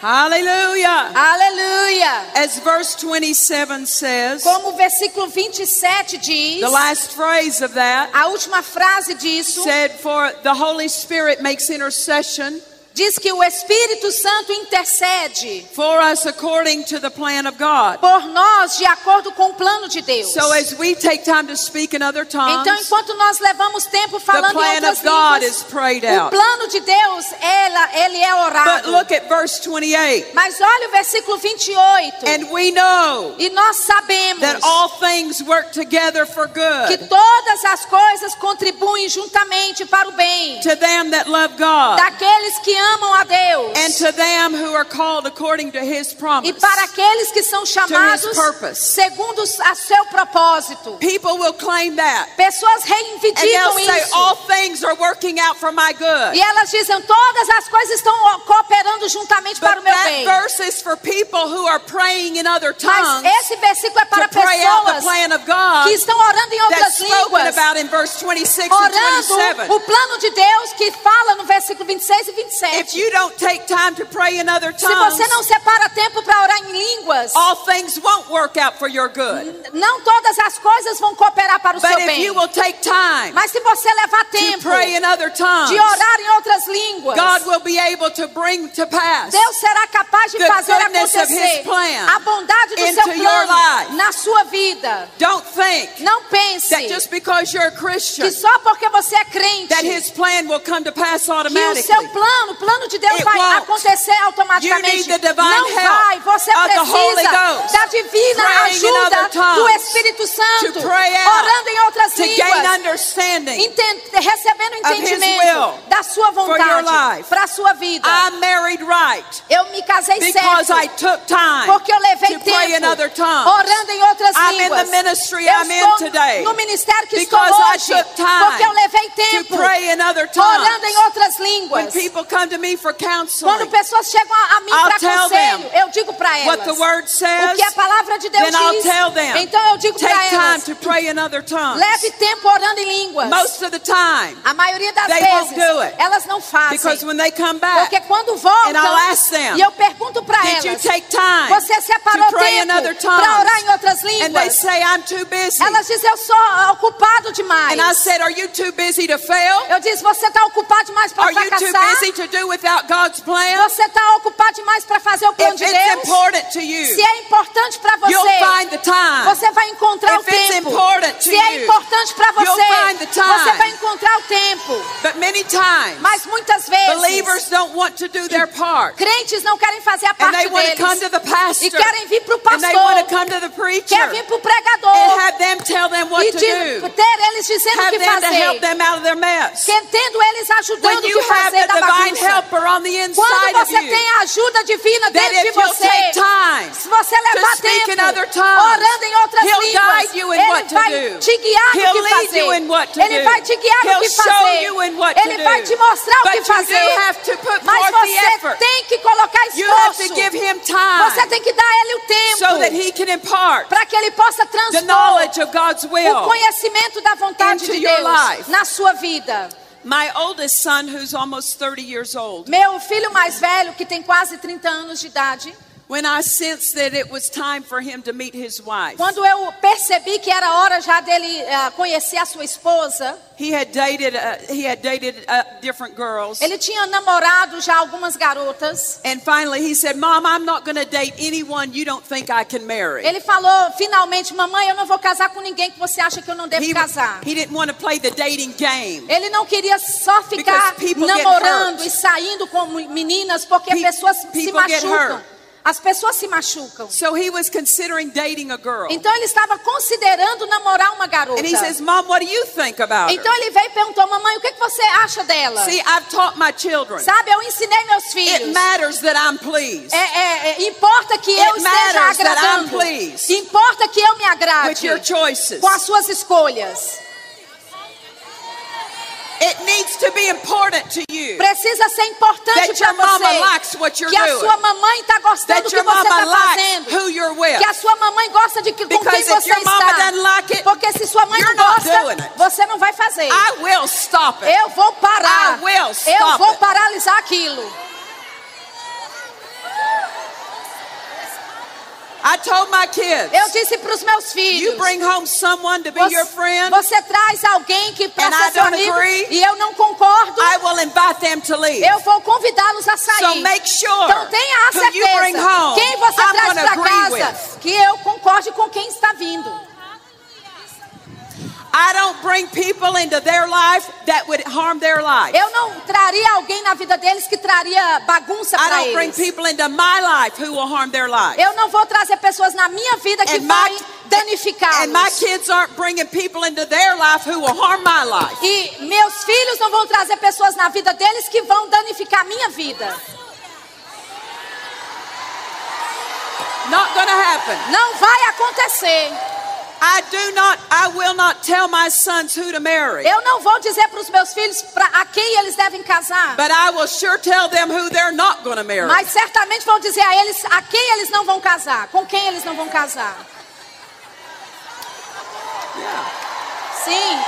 Hallelujah.
Aleluia!
As verse 27 says,
Como o versículo 27 diz,
the last phrase of that
a última frase disso
said, For the Holy Spirit makes intercession
diz que o Espírito Santo intercede
for us according to the plan of God.
por nós de acordo com o plano de Deus.
So as we take time to speak in other tongues,
Então, enquanto nós levamos tempo
the
falando em
plan
outras
of God
línguas,
is prayed
O
out.
plano de Deus, ela, ele é
But
orado.
look at verse 28.
Mas olha o versículo 28.
And we know
e nós sabemos
that all things work together for
que
good
todas as coisas contribuem juntamente para o bem
to them that love God
daqueles que amam a Deus
and to them who are called according to his
e
promise.
para aqueles que são chamados
purpose.
segundo a seu propósito.
People will claim that.
Pessoas
And
reivindicam
they'll say, "Oh, All
isso.
things are working out for my
E
good.
elas dizem, todas as coisas estão cooperando juntamente para
But
o meu
that
bem.
verse is for people who are praying in other
Mas
tongues
esse versículo é para
to pray out the
pessoas
plan of God
que estão orando em outras
that's spoken
línguas.
about in verse 26 and
orando
27.
o plano de Deus que fala no versículo 26 e
If
27.
you don't take time to pray in other
Se você não
tongues,
separa tempo para orar em línguas,
all things won't work out for your good.
não todas as coisas vão cooperar para o
But
seu
if
bem.
you will take time
Mas se você levar
to
tempo
pray in
de
other tongues,
orar em outras línguas,
God will be able to bring to pass
Deus será capaz de
the
fazer
goodness of
acontecer
His plan
a bondade do
into
seu
your
plano
life.
na sua vida.
Don't think
Não pense
that just because you're a Christian
que só porque você é crente
that his plan will come to pass
que o seu
automatically.
plano, o plano de Deus
It
vai
won't.
acontecer
You
automaticamente.
need the divine
Não
help
vai. Você
of the Holy
precisa
Ghost,
da divina
praying in
ajuda
other tongues,
do Espírito Santo,
to pray out,
orando em outras
To gain
línguas,
understanding,
enten- recebendo
of His
entendimento
will
da sua
your
vontade
life.
para a sua vida.
I married right
Eu me casei
because I
certo.
took time.
Porque eu levei
to pray in
tempo
other tongues.
orando em outras
I'm in
línguas.
the ministry
eu
I'm in
estou
today
no ministério que estou
because I
hoje.
took time
Porque eu levei
To
tempo
pray in other
orando em
tongues.
outras
When
línguas.
people come to me for counseling,
Quando pessoas chegam a, a mim
I'll
para
tell
conselho,
them
eu digo para elas
what the word
o
says,
que a palavra de Deus
then I'll
diz.
tell them.
Então eu digo para
Take time
elas,
to pray in other tongues.
leve tempo orando em línguas.
Most of the time,
a maioria das
they
vezes,
won't do it.
elas não fazem.
because when they come back,
Porque quando voltam,
And I'll ask them,
e eu pergunto para
did you
elas,
take time
você separou
to pray in other
tempo
tongues?
para orar em outras
And they
línguas?
say, I'm too busy.
Elas dizem, eu sou ah, ocupado demais.
And I said, Are you too busy to fail?
eu disse, você está ocupado demais para
Are you too
fracassar?
busy to do without God's plan?
Você está ocupado demais para fazer o plano
If
de Deus?
it's important
Se
to you,
é importante para
you'll
você,
find the time.
Você vai encontrar o
If it's
tempo.
important to
Se é
you,
importante para
you'll find
você,
the time.
você vai encontrar o tempo.
But many times,
Mas muitas vezes,
believers don't want to do their part.
crentes não querem fazer a
And
parte
they want to come to
deles.
the pastor.
E querem vir para o
And they want to
pastor.
come to the preacher.
Quer vir
And
para o pregador.
have them tell them what
E
to
de-
do.
ter eles dizendo o
Have
que
them to
fazer.
help them out of their mess.
Que- Tendo eles
When
ajudando o
you
que
have
fazer
the
da
divine
bagunça.
helper on the
Quando
inside of
você
you,
tem a ajuda divina
that
dentro de
if you'll take
você.
time
Se você levar
speak in
tempo
other tongues,
orando em outras
He'll
línguas,
guide you in
Ele
what to
vai
do.
te guiar
He'll
no que
lead
fazer.
you in what to
Ele
do.
vai te guiar no
He'll
que
show
fazer.
you in what to
Ele
do.
vai te mostrar o
But
que
you
fazer.
do have to put
Mas
forth the
você
effort.
tem que colocar
you have to
esforço.
give him time
Você tem que dar a Ele o
so that
tempo
he can impart
para que Ele possa
the
transformar
knowledge of God's
o
will.
conhecimento da vontade
into
de
your
Deus
life.
na sua vida.
My oldest son, who's almost 30 years old,
Meu filho mais velho, que tem quase 30 anos de idade,
when I sensed that it was time for him to meet his wife.
Quando eu percebi que era hora já dele ah, conhecer a sua esposa,
He had dated uh, he had dated uh, different girls.
ele tinha namorado já algumas garotas.
And finally he said, "Mom, I'm not going to date anyone you don't think I can marry."
Ele falou finalmente: Mamãe, eu não vou casar com ninguém que você acha que eu não devo
He,
casar.
he didn't want to play the dating game.
Ele não queria só ficar
Because people get
namorando
hurt.
e saindo com meninas, porque
Pe-
pessoas se
people get
machucam.
hurt.
As pessoas se machucam.
So he was considering dating a girl.
Então ele estava considerando namorar uma garota.
And he says, "Mom, what do you think about her?"
Então ele veio e perguntou: Mamãe, o que, que você acha dela?
See, I've taught my children.
Sabe, eu ensinei meus
It
filhos.
matters that I'm pleased
É, é, é, importa que
It
eu esteja
matters that I'm
agradando.
pleased.
Importa que eu me
with your
agrade
choices.
com as suas escolhas.
It needs to be important to you.
Precisa ser importante
That
para
your mama likes
você.
what you're
Que a
doing.
sua mamãe está gostando
That
do que
your
você
mama
está
likes
fazendo.
who you're with.
Que a sua mamãe gosta de que, com
Because
quem
if
você
your mama
está.
doesn't like it,
Porque se sua mãe
you're
não
not doing
gosta,
it.
você não vai fazer.
I will stop it.
Eu vou parar.
I will
Eu
stop
vou
it.
paralisar aquilo.
I told my kids,
Eu disse para os meus
you
filhos.
bring home someone to be
você,
your friend,
você traz alguém que
And
para
I
ser seu
don't
amigo
agree.
e eu não concordo.
I will invite them to leave.
Eu vou convidá-los a sair.
So make sure
então tenha a
who you bring
certeza
home,
quem você
I'm
traz
gonna
para
agree
casa que eu concorde com quem está vindo.
I don't bring people into their life that would harm their life.
Eu não traria alguém na vida deles que traria bagunça
I
para
don't bring
eles.
people into my life who will harm their life.
Eu não vou trazer pessoas na minha vida que
And my-
vai
And my
danificá-los.
kids aren't bringing people into their life who will harm my life.
E meus filhos não vão trazer pessoas na vida deles que vão danificar a minha vida.
Not going to happen.
Não vai acontecer.
I do not, I will not tell my sons who to marry,
Eu não vou dizer para os meus filhos pra, a quem eles devem casar.
but I will sure tell them who they're not going to marry.
Mas certamente vão dizer a eles a quem eles não vão casar, com quem eles não vão casar.
Yeah.
Sim,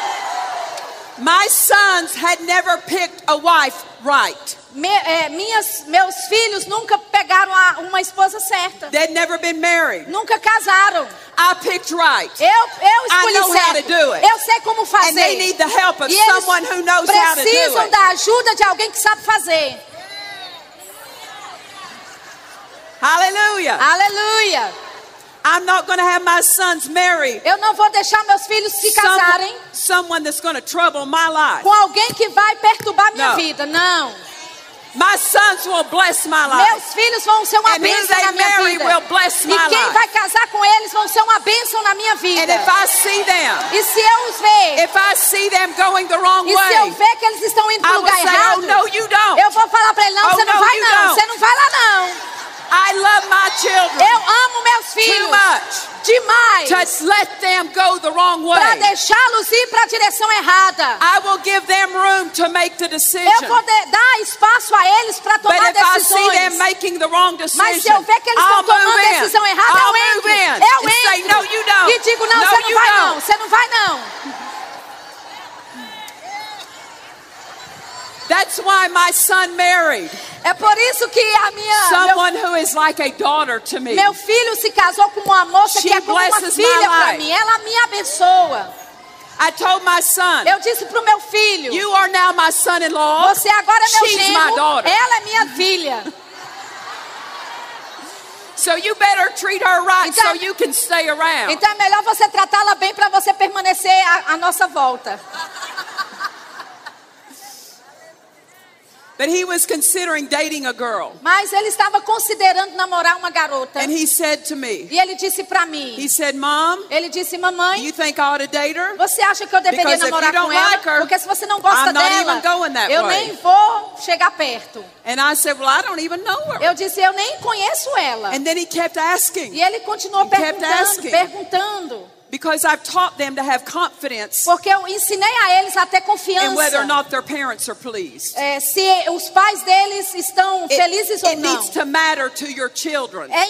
My sons had never picked a wife right.
me- é, minhas, meus filhos nunca pegaram a- uma esposa certa,
They'd never been married.
nunca casaram.
I picked right.
Eu, eu
I know
escolhi
how
certo.
to do it.
Eu sei como
And they need
fazer.
the help of
E eles
someone who knows how to do
precisam
it.
da ajuda de alguém que sabe fazer. Ah.
Hallelujah.
Aleluia!
I'm not going to have my sons marry
Eu não vou deixar meus filhos se
some-
casarem
someone that's going to trouble my life.
com alguém que vai perturbar minha
Não.
vida. Não.
My sons will bless my life.
Meus filhos vão ser uma
And who
bênção
they
na minha
marry
vida.
will bless my
E quem
life.
vai casar com eles vão ser uma bênção na minha
And
vida.
if I see them,
E se eu os ver,
if I see them going the wrong
e se eu
way,
ver que eles estão indo
I
pro
will
lugar
say,
errado,
oh, no, you don't.
eu vou falar pra ele, não,
Oh,
você não
no,
vai
you
não,
don't.
você não vai lá não.
I love my children
Eu amo meus
too
filhos
much
demais
to let them go the wrong
pra
way.
deixá-los ir pra direção errada.
I will give them room to make the
Eu
decision.
vou de- dar espaço a eles pra
But
tomar
if I see them
decisões.
making the wrong decision,
Mas se eu ver que eles
I'll
estão tomando
move in.
decisão errada,
I'll
eu entro.
move in
Eu
and say,
entro.
no, you don't.
E digo, não,
no,
você não
you
vai não,
don't.
você não vai não.
That's why my son married
É por isso que a minha, meu
someone who is like a daughter to me.
Meu filho se casou com uma moça
She
que é como uma
blesses my
filha para
life.
mim. Ela me abençoa.
I told my son,
Eu disse pro meu filho,
you are now my son-in-law.
você agora é meu
She's
genro.
my daughter.
Ela é minha filha.
So you better treat her right
Então-
so you can stay around.
Então é melhor você tratá-la bem para você permanecer à, à nossa volta.
But he was considering dating a girl.
Mas ele estava considerando namorar uma garota.
And he said to me,
E ele disse para
he
mim.
said, Mom,
Ele disse,
you
mamãe,
think I ought to date her?
você acha que eu deveria
Because if
namorar
you don't
com ela?
like her,
Porque se você não gosta
I'm not even going
dela,
that
eu
way.
nem vou chegar perto.
And I said, well, I don't even know her.
Eu disse, eu nem conheço ela.
And then he kept
E
asking
ele continuou
He kept
perguntando,
asking.
perguntando.
because I've taught them to have confidence
Porque eu ensinei a eles a ter
in whether or
confiança.
not their parents are pleased.
É, se os pais deles estão
It-
felizes ou
it
não.
needs to matter to your
É
children that you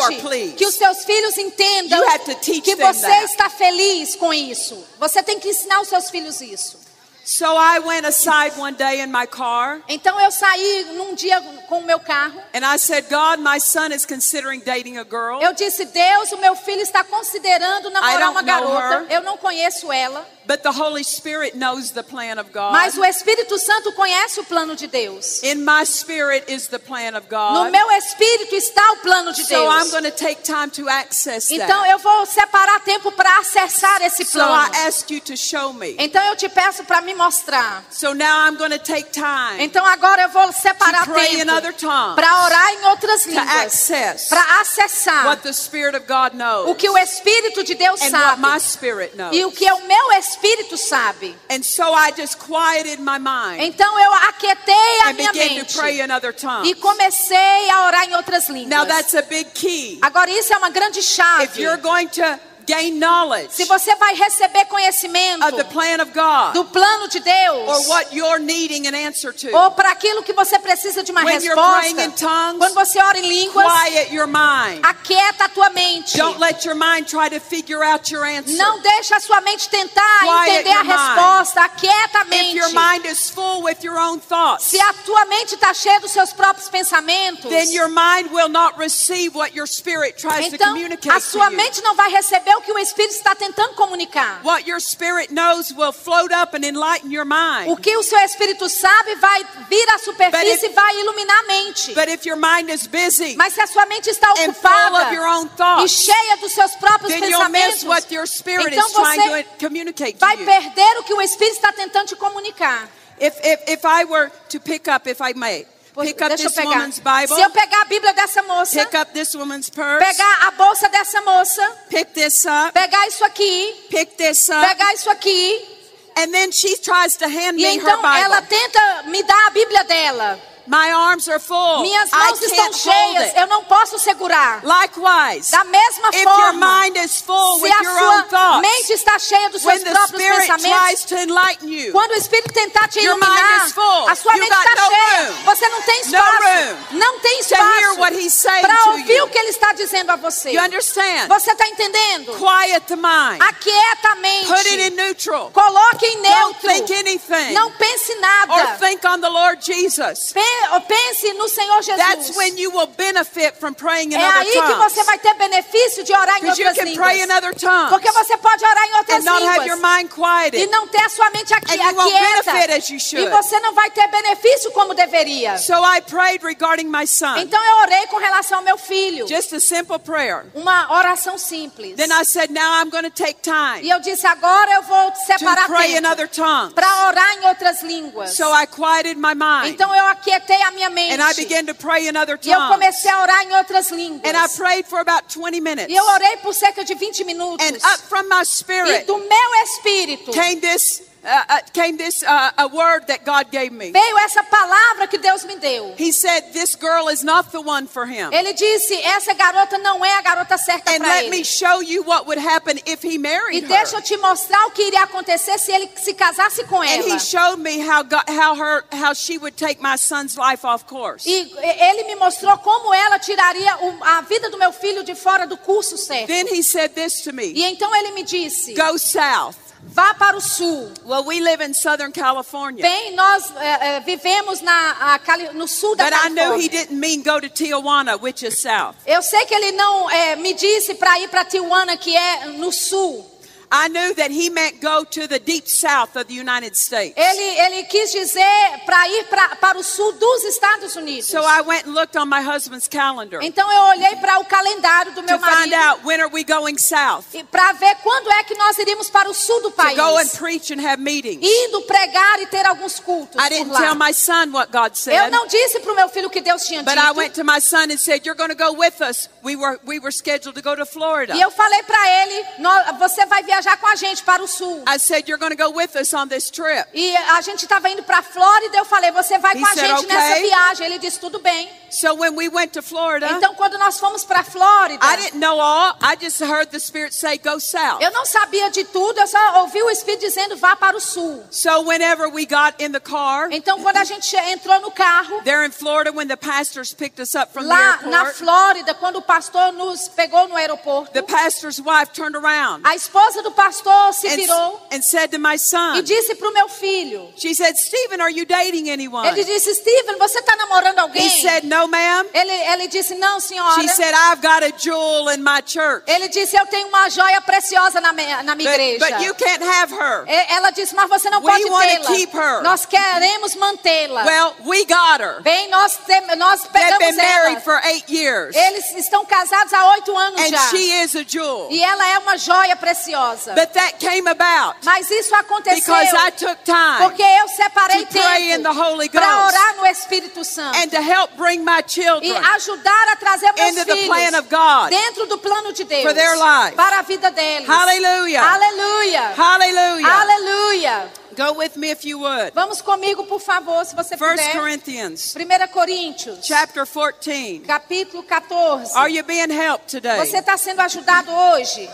are
importante
pleased.
que os seus filhos entendam
You have to teach
que
them
você
that.
está feliz com isso. Você tem que ensinar os seus filhos isso.
So I went aside one day in my car
Então eu saí num dia com o meu carro.
and I said, God, my son is considering dating a girl.
Eu disse, Deus, o meu filho está considerando
I
namorar
don't
uma
know
garota.
her.
Eu não conheço ela.
But the Holy Spirit knows the plan of God.
Mas o Espírito Santo conhece o plano de Deus.
in my spirit is the plan of
No
God.
meu espírito está o plano de
so I'm
Deus.
going to take time to access
Então
that.
eu vou separar tempo para acessar esse
So I
plano.
ask you to show me.
Então eu te peço para me mostrar.
So now I'm going to take time
Então agora eu vou separar
To pray in other
tempo
tongues.
para orar em outras
to
línguas,
access
para acessar
what the Spirit of God knows
o que o espírito de Deus
and what
sabe
my spirit knows.
e o que o meu espírito sabe.
and so I just quieted my mind
Então eu aquietei a
and
minha
began
mente
to pray in other tongues.
e comecei a orar em outras
Now
línguas.
that's a big key.
Agora isso é uma grande
If
chave.
you're going to gain knowledge
Se você vai receber
of the
conhecimento
plan of God
do plano de
or
Deus
what you're needing an answer to,
ou para aquilo que você precisa de uma
When you're praying in
resposta,
tongues,
quando você ora em línguas,
quiet your mind.
aquieta a tua mente.
Don't let your mind try to figure out your answer.
Não deixa a sua mente tentar
Quiet
entender a
your mind.
resposta. Aquieta a
If
mente.
your mind is full with your own thoughts,
Se a tua mente está cheia dos seus próprios pensamentos,
then your mind will not receive what your spirit tries to
então
communicate
a sua
to you.
mente não vai receber o que o Espírito está tentando comunicar.
What your spirit knows will float up and enlighten
O
your mind.
que o seu Espírito sabe vai vir à
But
superfície
if-
e vai iluminar a mente.
But if your mind is busy
Mas se a sua mente está
and full
ocupada
of your own
e
thoughts,
cheia dos seus próprios
then you'll miss
pensamentos,
what your spirit
então
is trying
você
to communicate to
vai
you.
perder o que o Espírito está tentando te comunicar.
If, if, if I were to pick up, if I may,
Pois-
pick up
Deixa eu
this
pegar.
woman's Bible,
Se eu pegar a Bíblia dessa moça,
pick up this woman's purse,
pegar a bolsa dessa moça,
pick this up,
pegar isso aqui,
pick this up,
pegar isso aqui,
and then she tries to hand
e
me her
então ela
Bible.
tenta me dar a Bíblia dela.
My arms are full.
Minhas
Oh, I
mãos estão
can't hold
cheias,
it.
eu não posso segurar.
Likewise,
Da mesma
if your
forma,
mind is full
se
with
a
your own
sua
thoughts,
mente está cheia dos
when
seus
the
próprios
Spirit
pensamentos,
tries to enlighten you,
quando o Espírito tentar te
Your mind
iluminar,
is full.
a sua
You
mente
got
está
no
cheia.
room.
Você não tem
No
espaço.
room
Não tem
to hear
espaço
what he's saying
para
to
ouvir
you.
o que ele está dizendo a você.
you understand?
Você está entendendo?
Quiet the mind.
Aquieta a mente.
Put it in neutral.
Coloque em
Don't
neutro.
think anything.
Não pense
Or
nada.
think on the Lord Jesus.
Pe- ou Pense no Senhor
That's
Jesus.
when you will benefit from praying in
É
other
aí que você
tongues.
vai ter benefício de orar em
Because you
outras
can pray in
línguas.
other tongues
Porque você pode orar em outras
and not have your
línguas.
mind
E
quieted.
não ter a sua mente aqui,
And you won't benefit
aquieta.
as you should.
E você não vai ter benefício como deveria.
So I prayed regarding my son.
Então eu orei com relação ao meu filho.
Ah, Just a simple prayer.
Uma oração simples.
Then I said, now I'm going to take time
E eu disse, agora eu vou
to
separar
pray in
tempo
other tongues.
para orar em outras línguas.
So I quieted my mind
Então eu aquietei a minha
and I
mente.
began to pray in other
E eu
tongues.
comecei a orar em outras
And I
línguas.
prayed for about 20 minutes.
E eu orei por cerca de 20
And
minutos.
up from my
E
spirit
do meu espírito
came this uh, uh, came this uh, a word that God gave me.
veio essa palavra que Deus me deu.
He said, "This girl is not the one for him."
Ele disse: Essa garota não é a garota certa
And
para
let me
ele.
show you what would happen if he
E
married
deixa
her.
eu te mostrar o que iria acontecer se ele se casasse com
And
ela.
he showed me how God, how her how she would take my son's life off course.
E ele me mostrou como ela tiraria o- a vida do meu filho de fora do curso certo.
Then he said this to
E
me:
então ele me disse:
"Go south."
vá para o sul.
Well, we live in Southern California,
Bem, nós eh, eh, vivemos na, a Cali- no sul da
but I knew he
Califórnia.
didn't mean go to Tijuana, which is south.
Eu sei que ele não eh, me disse para ir para Tijuana, que é no sul.
I knew that he meant go to the deep south of the United States.
Ele, ele quis dizer para ir pra, para o sul dos Estados Unidos.
So I went and looked on my husband's calendar
Então eu olhei para o calendário do
to
meu
find
marido
out when are we going south
para ver quando é que nós iríamos para o sul do
to
país.
go and preach and have meetings.
Indo pregar e ter alguns cultos por
I didn't
lá.
tell my son what God
Eu
said,
não disse para o meu filho o que Deus tinha
é but I went
dito.
to my son and said, "You're going to go with us." We were we were scheduled to go to
E
Florida.
eu falei para ele, "Nó- você vai viajar com a gente para o sul.
I said, "You're going to go with us on this trip."
E a gente estava indo para a Flórida, eu falei, você vai
He
com a
said,
gente nessa
"Okay."
viagem. Ele disse, tudo bem.
So when we went to Florida,
Então quando nós fomos para a Flórida,
I didn't know all. I just heard the Spirit say, "Go south."
eu não sabia de tudo, eu só ouvi o Espírito dizendo, vá para o sul.
So whenever we got in the car
Então quando a gente che- entrou no carro,
there in Florida, when the pastors picked us up from the
lá na
airport,
Flórida, quando o pastor nos pegou no aeroporto,
the pastor's wife turned around
a esposa quando o pastor se
and,
virou
and said to my
e
son,
disse para o meu filho,
she said, Stephen, are you dating anyone?
ele disse, Steven, você está namorando alguém?
He said, no, ma'am.
ele, ele disse, não, senhora.
She said, I've got a jewel in my church.
ele disse, eu tenho uma joia preciosa na minha, na minha
But,
igreja.
but you can't have her.
E- Ela disse, mas você não
We
pode
wanna
tê-la.
keep her.
Nós queremos mantê-la.
Well, we got her.
Bem, nós, tem- nós
They've been
pegamos
married
ela.
for eight years.
Eles estão casados há oito anos
And
já.
she is a jewel.
E ela é uma joia preciosa.
But that came about
Mas isso aconteceu
because I took time
porque eu separei
to pray in the
tempo
Holy
para
Ghost
orar no Espírito Santo
and to help bring my
e
children
ajudar a trazer meus
into the plan
filhos
of God.
dentro do plano de Deus
for their life.
para a vida deles.
Hallelujah.
Aleluia.
Hallelujah.
Aleluia.
Go with me if you would.
Vamos comigo, por favor, se você
1
puder.
Corinthians
1 Coríntios,
chapter 14.
capítulo 14.
Are you being helped today?
Você está sendo ajudado hoje.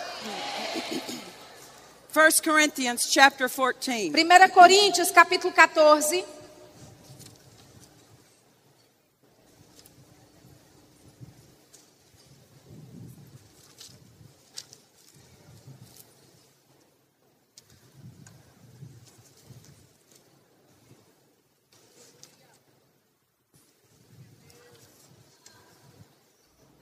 1 Corinthians chapter 14.
1 Coríntios, capítulo 14.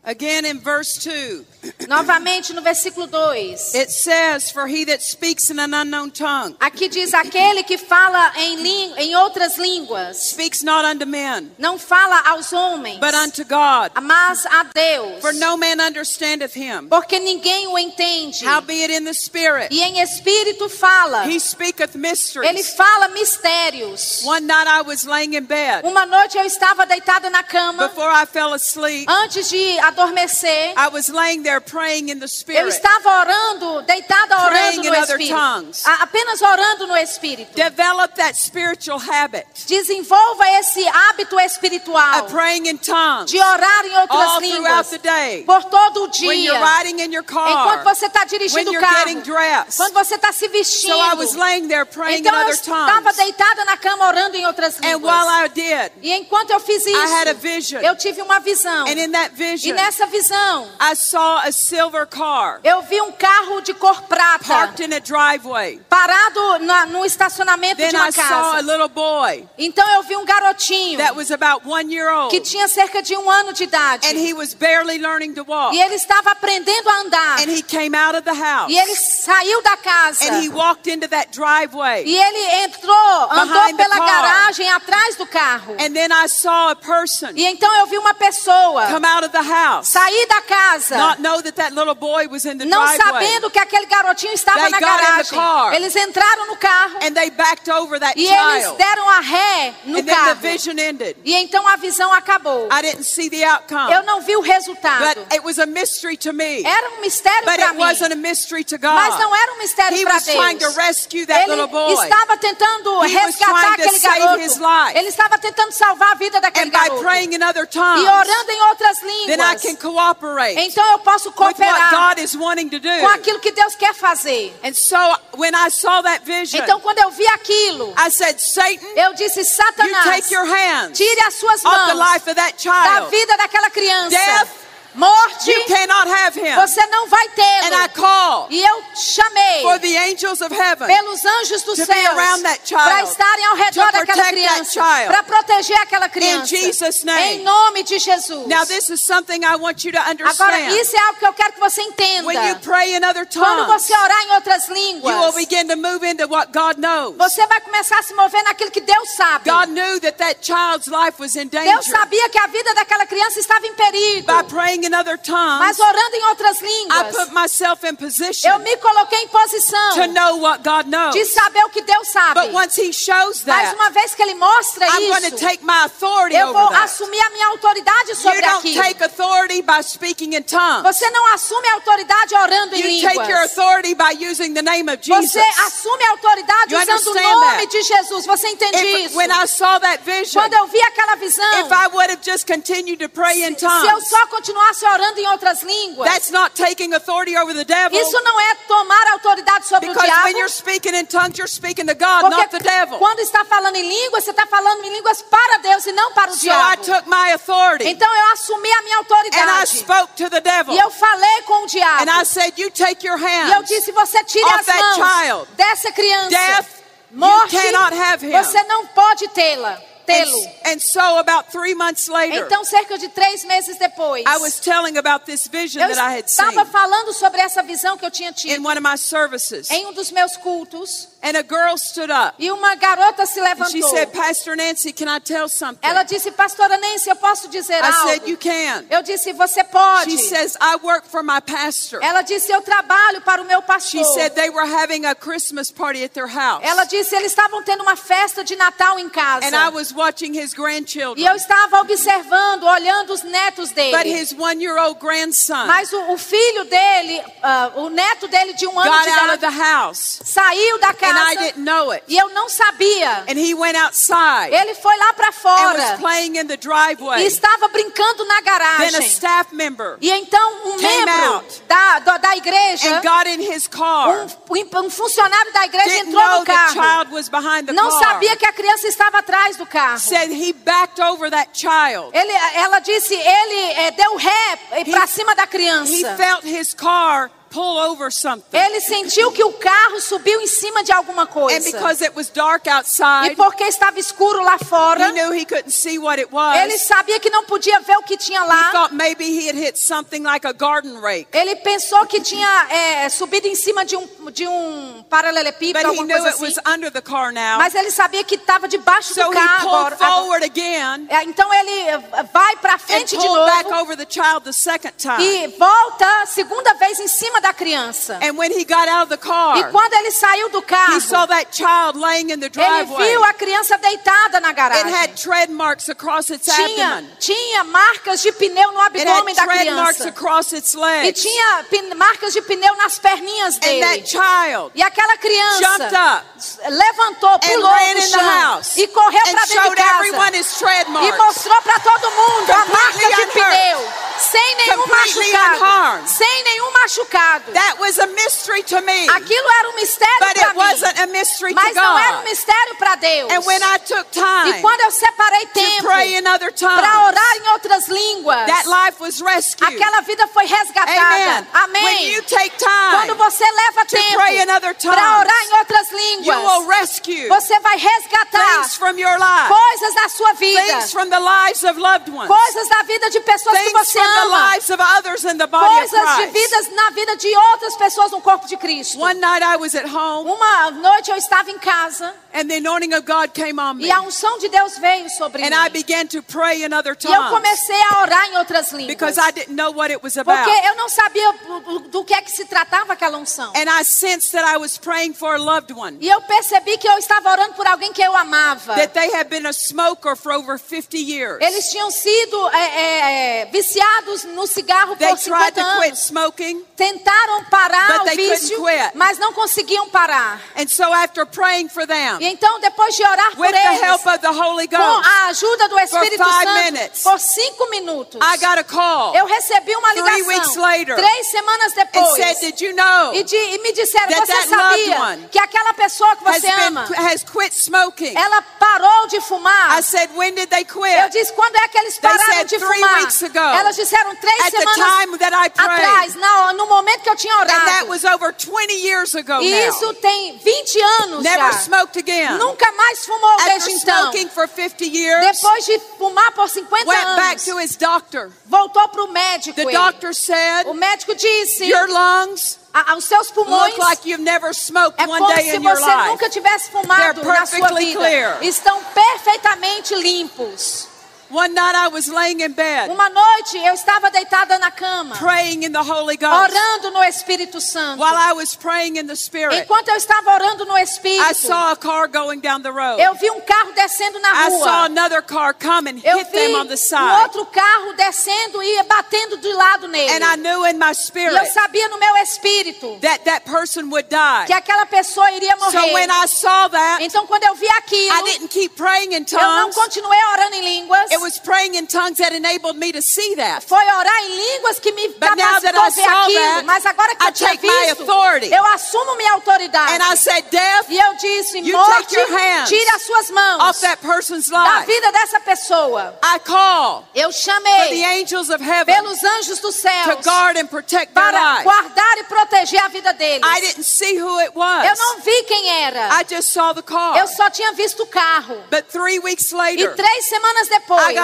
Again in verse 2.
Novamente no versículo 2.
It says, For he that speaks in an unknown tongue
Aqui diz: aquele que fala em, lin- em outras línguas
speaks not unto men,
não fala aos homens,
but unto God.
mas a Deus.
For no man understandeth him.
Porque ninguém o entende.
Howbeit in the spirit,
E em espírito fala.
he speaketh
Ele
mysteries.
fala mistérios.
One night I was laying in bed.
Uma noite eu estava deitada na cama,
Before I fell asleep,
antes de adormecer.
I was laying there praying in the
Eu
spirit,
estava orando, deitada
Praying
orando
in
no
other
Espírito.
tongues.
A- Apenas orando no Espírito.
develop that spiritual habit
Desenvolva esse hábito espiritual
of praying in tongues
de orar em outras
all throughout
línguas
the day.
por todo o
When you're
dia.
riding in your
Enquanto
car,
você está
when
dirigindo o
you're
carro,
getting dressed.
quando você está se vestindo.
So I was laying there praying in
Então eu
other
estava
tongues.
deitada na cama orando em outras
And while
línguas.
I did,
E enquanto eu fiz
had a
isso,
vision.
eu tive uma visão.
and in that
E
vision,
nessa visão,
I saw a silver car
eu vi um carro de cor prata
parked in a driveway.
parado na, no estacionamento
Then
de
I
uma
saw a
casa.
little boy
Então eu vi um garotinho
that was about one year old,
que tinha cerca de um ano de idade.
and he was barely learning to walk.
E ele estava aprendendo a andar.
And he came out of the house,
E ele saiu da casa.
and he walked into that driveway.
E ele entrou, andou
Behind the
pela
car.
garagem atrás do carro.
And then I saw a person
E então eu vi uma pessoa
come out of the house,
sair da casa,
not know that that little boy was in the
não
driveway,
sabendo que aquele garotinho estava
They
na
got in the
garagem.
car.
Eles entraram no carro
and they backed over that
e eles
child.
deram a ré no
And then the
carro.
vision ended.
E então a visão acabou.
I didn't see the outcome.
Eu não vi o
Ah, But
resultado.
it was a mystery to me.
Era um mistério
But
para
it
mim.
wasn't a mystery to
Mas não
God.
era um mistério
He
para
was trying to
Deus.
rescue that little
Ele
boy.
estava tentando
He was
resgatar
trying to
aquele
save his
garoto.
life.
Ele estava tentando salvar a vida daquele
And by
garoto.
praying in other
E
tongues,
orando em outras
then I can
línguas.
cooperate with
Então eu posso
what
cooperar
God is wanting to
com
do.
aquilo que Deus quer fazer.
And so when I saw that vision,
Então quando eu vi aquilo,
I said, Satan,
eu disse:
you
Satanás,
take your hands
tire as suas
off the
mãos
life of that
da
child.
vida daquela criança.
Death,
Morte,
You cannot have him.
você não vai
And I
tê-lo.
call
E eu chamei
for the angels of heaven
pelos anjos do
to
céu
be around that child,
para estarem ao redor
to
daquela
protect that
criança,
child.
para proteger aquela criança.
Jesus' name.
Em nome de Jesus.
Now, this is something I want you to
Agora,
understand.
isso é algo que eu quero que você entenda.
When you pray in other
Quando
tongues,
você
you
orar em outras
will
línguas,
begin to move into what God knows.
você vai começar a se mover naquilo que Deus sabe.
God knew that that child's life was in
Deus
danger.
sabia que a vida daquela criança estava em perigo.
By praying in other tongues,
Mas orando em outras
I
línguas,
put myself in position
eu me coloquei em posição
to know what God knows.
de saber o que Deus sabe.
But once He shows
Mas
that,
uma vez que Ele mostra
I'm going to
isso,
take my authority
eu
over
vou
that.
assumir a minha autoridade
You
sobre
don't
aquilo.
take authority by speaking in tongues.
Você não assume a autoridade orando em
You take your
línguas.
authority by using the name of Jesus.
Você assume a autoridade
You
usando o
understand
nome
that?
de Jesus. Você entende
If-
isso?
when I saw that vision,
Quando eu vi aquela visão,
if I would have just continued to pray in
se eu
tongues,
só continuasse passe orando em outras línguas.
That's not taking authority over the devil.
Isso não é tomar autoridade sobre o
Because when you're
diabo.
speaking in tongues, you're speaking to God, not the
Porque
devil.
quando está falando em línguas, você está falando em línguas para Deus e não para o
So I
diabo.
took my authority and
Então eu assumi a minha
I
autoridade.
spoke to the devil.
E eu falei com o
And I
diabo.
said, You take your
E eu
hands.
disse: você tire
Off
as
that
mãos
child.
dessa criança.
Death, you
Morte,
cannot have him.
você não pode tê-la.
And,
Tê-lo.
and so about three months later,
Então, cerca de três meses depois,
I was telling about this vision that I
eu
had seen
estava falando sobre essa visão que eu tinha
in
tido
one of my services.
em um dos meus cultos.
And a girl stood up
E uma garota se
and she
levantou.
said, Pastor Nancy, can I tell something?
Ela disse, pastora Nancy, eu posso dizer
I said,
algo?
You can.
Eu disse, você pode.
She says, I work for my pastor.
Ela disse, eu trabalho para o meu pastor.
She said they were having a Christmas party at their house.
Ela disse, eles estavam tendo uma festa de Natal em casa.
And I was watching his
E
grandchildren.
eu estava observando, olhando os netos
But
dele.
his one year old grandson
Mas o, o filho dele, ah, o neto dele de um ano
got
de
out of
idade,
the house.
saiu da
And I
casa
didn't know it.
e eu não sabia.
And he went outside
Ele foi lá para
and
fora
was playing in the
e
driveway.
estava brincando na
Then a
garagem.
staff member
E então um
Came
membro
out.
da, da, da igreja,
and got in his car.
um, um funcionário da igreja
Didn't
entrou
know
no
the
carro.
child was behind the
Não
car.
sabia que a criança estava atrás do carro.
Said he backed over that child.
Ele, ela disse, ele eh, deu ré
He-
para cima da
He
criança.
felt his car pull over something.
Ele sentiu que o carro subiu em cima de alguma
And
coisa.
because it was dark
E
outside,
porque estava escuro lá fora,
he knew he couldn't see what it was.
ele sabia que não podia ver o que tinha
He
lá.
thought maybe he had hit something like a garden rake,
Ele pensou que tinha eh, subido em cima de um, de um
but
paralelepípedo,
he
alguma
knew
coisa
it
assim.
was under the car now.
Mas ele sabia que estava debaixo
So
do
he
carro.
pulled
agora- agora.
forward again
É, Então ele eh, vai para
and
frente de
pulled back
novo
over the child the second time.
e volta segunda vez em cima da criança.
And when he got out of the
E
car,
quando ele saiu do carro,
he saw that child laying in the
ele
driveway.
viu a criança deitada na
It
garagem.
had tread marks across its abdomen.
tinha, tinha marcas de pneu no
It
abdômen da
had tread marks
criança.
across its
E
legs.
tinha pin- marcas de pneu nas perninhas
And that
dele.
child
E aquela
jumped
criança
up
levantou,
and
pulou
ran
do
in the
chão
house
e correu
and
para dentro
showed
de casa.
everyone his tread
E
marks.
mostrou para todo mundo a marca de
Completely unhurt.
pneu. Sem nenhum
Completely
machucado.
unharmed.
Sem nenhum machucado.
That was a mystery to me,
Aquilo era um
but
mistério
it
para mim.
wasn't a mystery to
Mas não era um
God.
mistério para Deus.
And when I took
E
time
quando eu separei
to pray
tempo
in other
para
tongues,
orar em outras línguas,
that life was rescued.
aquela vida foi
Amen.
resgatada.
When
Amém.
you take
Quando
time,
você leva
pray in other
tempo
tongues,
para orar em outras
you will
línguas,
rescue
você vai resgatar
things from your life,
coisas da sua vida,
things from the lives of loved ones,
coisas da vida de pessoas que
things
você
from the
ama,
lives of others in the body of
coisas de
Christ.
vidas na vida de outras pessoas no corpo de Cristo.
One night I was at home
Uma noite eu estava em casa
and the anointing of God came on me
e a unção de Deus veio sobre
and
mim.
I began to pray in other
E eu
tongues
comecei a orar em outras línguas.
because I didn't know what it was
Porque
about.
eu não sabia do- do que é que se tratava aquela unção.
And I sensed that I was praying for a loved one,
E eu percebi que eu estava orando por alguém que eu amava.
that they had been a smoker for over 50 years.
Eles tinham sido é, é, é, viciados no cigarro
They
por
tried
50
to quit
anos.
smoking.
Tentaram parar
But
o
they couldn't
vício,
quit.
mas não conseguiam parar.
And so after praying for them,
E então, depois de orar por
with the
eles,
help of the Holy
com
Ghost,
a ajuda do Espírito
five
Santo,
minutes.
por cinco minutos,
I got a call
eu recebi uma
Three weeks
ligação.
later.
Três semanas
and said,
depois.
Did you know
E, de- e me disseram,
that
você
that loved
sabia
one
que aquela pessoa que
has,
você ama,
been, has quit smoking?
ela parou de fumar.
I said, When did they
Eu
quit?
disse, quando é que eles
They
pararam
said
de
three
fumar?
weeks ago.
Elas disseram três
At the
semanas
time that I prayed.
atrás, na- no momento que eu tinha
And that
orado.
was over 20 years ago
E
now.
isso tem 20 anos
Never
já.
smoked again.
Nunca mais fumou
After
desde então.
smoking for 50 years,
Depois de fumar por 50
went back
anos,
to his doctor.
voltou para o médico.
The
ele.
doctor said,
O médico disse,
Your lungs
"A- aos seus pulmões
look like you've never smoked
é
one
como
day
se
in your
você
life.
nunca tivesse fumado
They're
na sua
perfectly
vida.
clear.
Estão perfeitamente limpos.
One night I was laying in bed
Uma noite eu estava deitada na cama.
praying in the Holy Ghost.
orando no Espírito Santo.
While I was praying in the Spirit,
Enquanto eu estava orando no
I
Espírito,
saw a car going down the road.
eu vi um carro descendo na
I saw
rua.
another car come and
Eu
hit
vi
them on the
um
side.
outro carro descendo e batendo de lado
And
nele.
I knew in my
E eu
spirit
sabia no meu espírito
that that person would die.
que aquela pessoa iria
So when
morrer.
I saw that,
Então, quando eu vi
I
aquilo,
didn't keep praying in
eu não
tongues.
continuei orando em línguas.
It was was praying in tongues that enabled me to see that.
Foi orar em línguas que me
But now that
capacitou
I
a ver
saw
aquilo.
that,
Mas agora que
I
eu tinha
take my
visto,
authority.
eu assumo minha autoridade.
And I said, Death,
e eu disse,
you
morte,
take your hands
tira as suas
off
mãos
that person's
da
life.
vida dessa pessoa.
I call
Eu
for the
chamei
angels of heaven
pelos anjos do
to
céu
guard and protect their
para
life.
guardar e proteger a vida deles.
I didn't see who it
Eu
was.
não vi quem era.
I just saw the car.
Eu só tinha visto o carro.
But three weeks
E
later,
três semanas
I got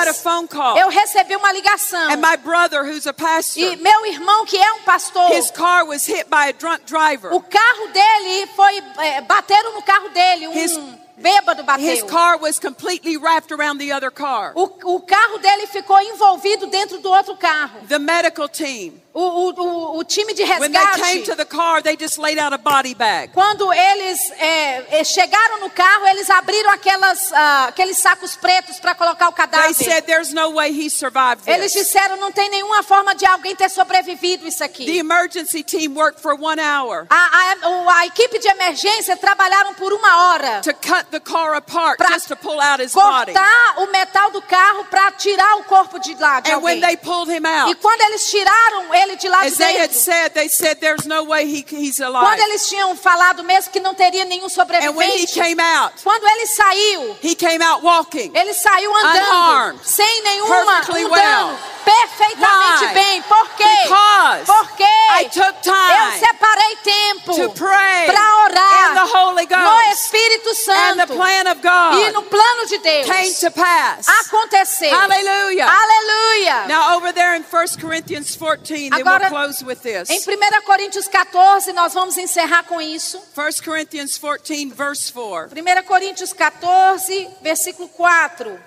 a
depois,
phone call.
eu recebi uma ligação.
And my brother, who's a
E
pastor,
meu irmão, que é um pastor,
his car was hit by a drunk driver.
o carro dele foi. é, bateram no carro dele. Um
His-
bêbado
His
bateu.
car was completely wrapped around the other car.
O, o carro dele ficou envolvido dentro do outro carro.
The medical team,
O, o- o- o time de
when they came to
resgate.
the car, they just laid out a body bag.
Quando eles é, é, chegaram no carro, eles abriram aquelas, ah, aqueles sacos pretos para colocar o
They
cadáver.
said, There's no way he survived
Eles
this.
disseram: não tem nenhuma forma de alguém ter sobrevivido isso aqui.
The emergency team worked for one hour
A, a- o- a equipe de emergência trabalharam por uma hora
to cut the car apart
Pra
just to pull out his body.
cortar o metal do carro para tirar o corpo de lá de
And É when
alguém.
they pulled him
E
out,
quando eles tiraram ele de lá de
as they had
dentro,
said, they said, There's no way he, he's alive.
quando eles tinham falado mesmo que não teria nenhum
And É when he
sobrevivente,
came out,
quando ele saiu,
he came out walking.
ele saiu andando
Unharmed.
sem nenhuma
Perfectly
um
well.
dano, perfeitamente
Why?
bem. Por quê?
Because
Porque
I took time
eu separei tempo
to pray
para orar
in the Holy
no
Ghost.
Espírito
And the
Santo.
plan of
E
God
no plano de Deus
came to pass.
aconteceu.
Hallelujah.
Aleluia.
Now, over there in 1 Corinthians 14, then we'll
Agora-
close with
Em
this.
1 Coríntios 14, nós vamos encerrar com isso.
1 Corinthians 14, verse 4.
1 Coríntios 14, versículo 4.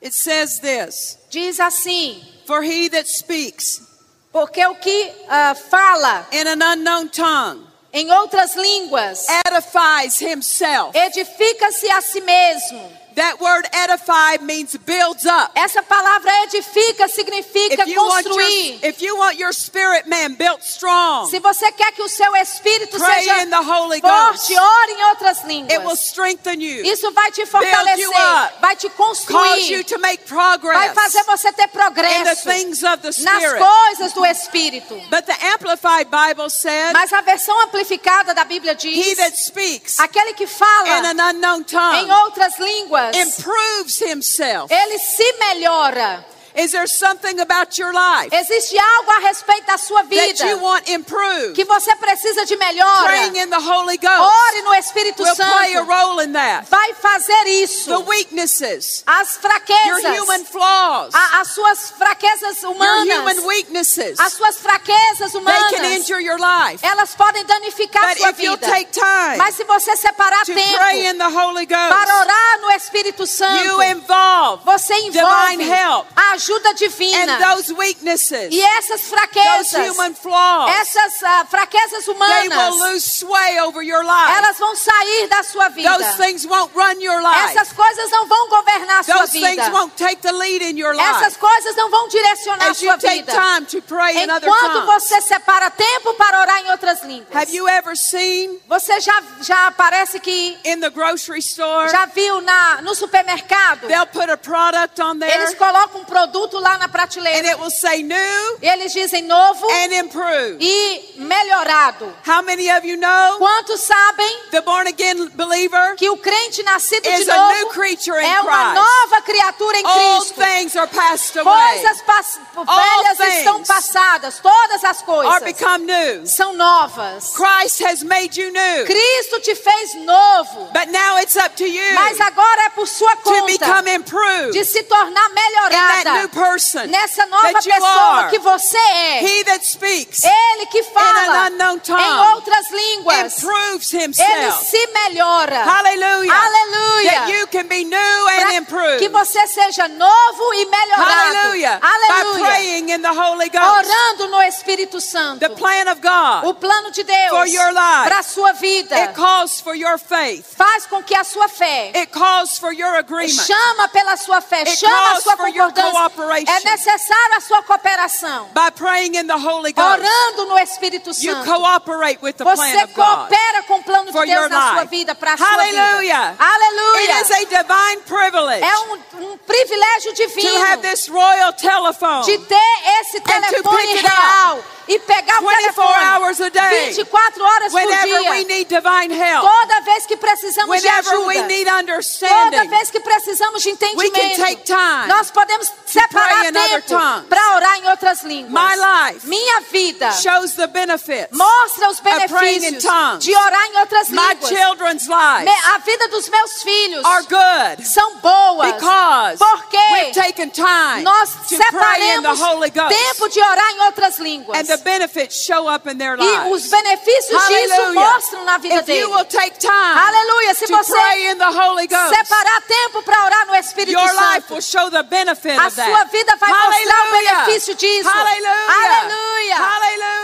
It says this
Diz assim:
For he that speaks
Porque o que ah, fala
in an unknown tongue
em outras línguas
edifies himself.
edifica-se a si mesmo.
That word edify means builds up.
Essa palavra edifica significa
If you, want
construir.
your, if you want your spirit man built strong,
Se você quer que o seu espírito
pray
seja
in the Holy Ghost.
forte, ore em outras
It will
línguas.
strengthen you,
Isso vai te
you
fortalecer,
up.
vai te
cause you
construir,
to make
vai
progress
fazer você ter
in the
progresso
things of the
nas
Spirit.
coisas do Espírito.
But the Amplified Bible said,
Mas a versão amplificada da Bíblia
He
diz:
that speaks
aquele que
in
fala
an unknown
em
tongue
outras línguas,
improves himself.
ele se melhora.
Is there something about your life
Existe algo a respeito da sua
that
vida
you want improved?
que você precisa de melhora.
Praying in the Holy Ghost
Ore no Espírito
will play a
Santo.
role in that.
Vai fazer isso.
The weaknesses,
As
your human
fraquezas,
flaws,
a- as suas fraquezas
your
humanas,
human weaknesses,
as suas fraquezas
they can
humanas,
injure your life.
elas podem danificar a
But
sua
if you'll
vida.
take time
Mas se você separar
to pray
tempo
in the Holy
para
Ghost,
orar no Espírito Santo,
you involve
Você envolve
Divine help.
a ajuda
and
divina.
those weaknesses,
E essas
those
fraquezas,
human flaws,
essas ah, fraquezas
they will
humanas,
lose sway over your life.
elas vão sair da sua vida.
Those things won't run your life.
Essas coisas não vão governar a sua
Those things
vida.
won't take the lead in your
Essas
life.
coisas não vão direcionar a
As
sua
you take
vida.
time to pray in other
Enquanto
tongues.
você separa tempo para orar em outras línguas.
Have you ever seen
Você já, já parece que
in the grocery store,
já viu na, no supermercado,
they'll put a product on there
eles colocam um produto lá na
and
prateleira.
it will say new
E eles dizem novo
and improved.
e melhorado.
How many of you know
Quantos sabem
the born again believer?
que o crente nascido de
Is a new
novo
creature in
é uma
Christ.
nova criatura em
Old
Cristo?
things are passed away
Coisas pas- velhas estão
things
passadas, todas as
or
coisas
become new.
são novas.
Christ has made you new.
Cristo te fez novo,
But now it's up to you
mas agora é por sua
to become
conta
improved
de se tornar
in that new
melhorada
person
nessa nova
that you
pessoa
are.
que você é.
He that speaks
Ele que fala
unknown tongue.
em outras línguas,
improves
ele
himself.
se melhora.
Hallelujah.
Hallelujah.
That you can be new
Pra
and
que
improved.
você seja novo e melhorado.
Hallelujah. By
Aleluia.
praying in in the Holy Ghost.
orando no Espírito Santo.
The plan of
O
God.
plano de Deus
For your life.
para a sua vida
It calls for your faith.
faz com que a sua fé
It calls for your agreement.
chama pela sua fé,
It
chama a
calls
sua
for your
concordância.
cooperation.
É necessário a sua cooperação.
By praying in the Holy Ghost,
Orando no Espírito
you
Santo.
cooperate with the plan
Você
of God.
coopera com o plano de
for
Deus
your
na sua
life.
vida, para a sua
Hallelujah.
vida. Aleluia.
It is a divine privilege
É um, um privilégio
to have
divino
this royal telephone
de ter esse
to
telefone
pick it up
real e pegar o
24 hours a
telefone
day.
24 horas por
whenever we
dia.
need divine help,
Toda vez que precisamos de
whenever we
ajuda.
need
Toda
understanding.
vez que precisamos de entendimento,
take time
nós podemos
pray
separar
in other
tempo
tongues.
para orar em outras línguas.
My life
Minha vida
Shows the benefits.
mostra os
praying in
benefícios
tongues.
de orar em outras
My
línguas.
children's lives
Me- a vida dos meus filhos
are good
são boas
because we've
porque
taken time
nós
to pray in the
separamos
Holy Ghost.
tempo de orar em outras línguas.
And the benefits show up in their
E os
lives.
benefícios disso
Hallelujah.
mostram na vida
If you will
deles.
take time
Aleluia, se
to
você
pray in the Holy Ghost,
Separar tempo para orar no Espírito
your life
Santo.
will show the benefit
A
of that.
sua vida vai mostrar o
Hallelujah.
benefício disso.
Hallelujah.
Aleluia.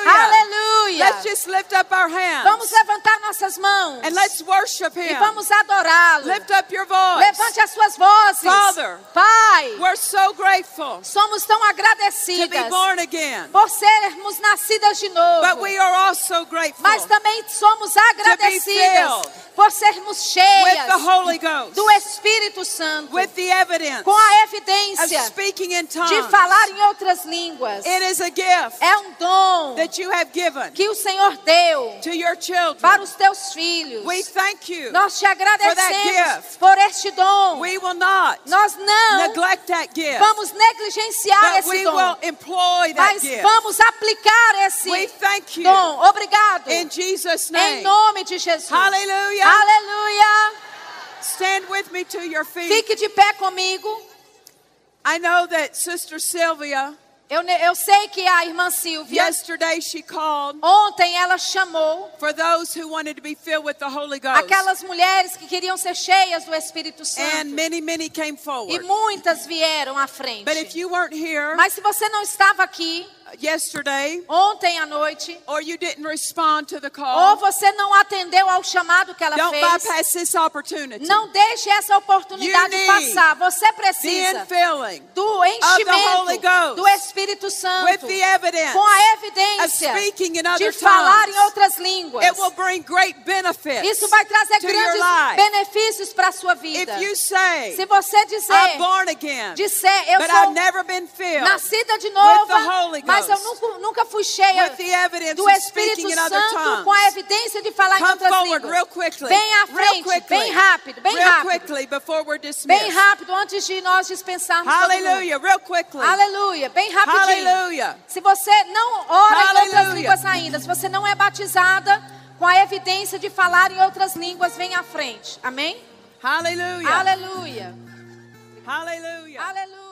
Hallelujah. Let's just lift up our hands
Vamos levantar nossas mãos.
and let's worship
E
Him.
vamos adorá-lo.
Lift up your voice.
Levante as suas vozes.
Father,
Pai,
We're so grateful
somos tão
to be
agradecidas
born again,
por sermos nascidas de
but
novo.
we are also grateful
Mas também somos agradecidas
filled
por sermos
with the
cheias
Holy Ghost,
do Espírito Santo
with the evidence
com a
of
evidência
speaking in
de
tongues.
falar em outras línguas.
It is a gift
É um dom
that you have given
que o Senhor deu
to your
para
children.
os teus filhos.
We thank you.
Nós te agradecemos
gift.
por este dom.
We will not
Nós não
neglect that gift,
vamos negligenciar
but we
esse
will
dom,
employ that
mas
gift.
vamos aplicar
We
esse
thank you
dom. Obrigado.
in Jesus'
Em
name.
nome de Jesus.
Hallelujah.
Aleluia.
Stand with me to your feet.
Fique de pé comigo.
I know that Sister Sylvia,
Eu, ne- eu sei que a irmã Silvia,
yesterday she called
ontem ela chamou
for those who wanted to be filled with the Holy Ghost.
aquelas mulheres que queriam ser cheias do Espírito
And
Santo.
many, many came
E
forward.
muitas vieram à frente.
But if you weren't here
Mas se você não estava aqui
yesterday,
ontem à noite,
or you didn't respond to the
ou
call,
você não atendeu ao chamado que ela
don't
fez,
bypass this opportunity.
não deixe essa oportunidade
You need
passar. Você
The
precisa
infilling
do
Holy
enchimento
Ghost
do Espírito
with
Santo
the evidence
com a
of
evidência
speaking in
de
other
falar em
tongues.
outras línguas.
It will bring great benefits
Isso vai trazer
to your
grandes
life.
benefícios para a sua vida.
If you say,
Se você
I'm
dizer,
born again,
disser eu
but I've
sou
never been filled
nascida de
with the
novo,
Holy
mas eu
Ghost,
nunca, nunca fui cheia
with the evidence
do
of
Espírito
speaking in other
Santo
tongues.
com a evidência de falar em
Come
outras
forward
línguas.
real quickly.
Vem à
real
frente,
quickly.
bem rápido, bem
real
rápido,
quickly before we're dismissed.
bem rápido, antes de nós dispensarmos todo mundo.
Hallelujah, real quickly.
Aleluia, bem rapidinho.
Hallelujah.
Se você não ora em outras
Hallelujah.
línguas ainda, se você não é batizada com a evidência de falar em outras línguas, vem à frente. Amém?
Hallelujah.
Aleluia.
Hallelujah.
Aleluia.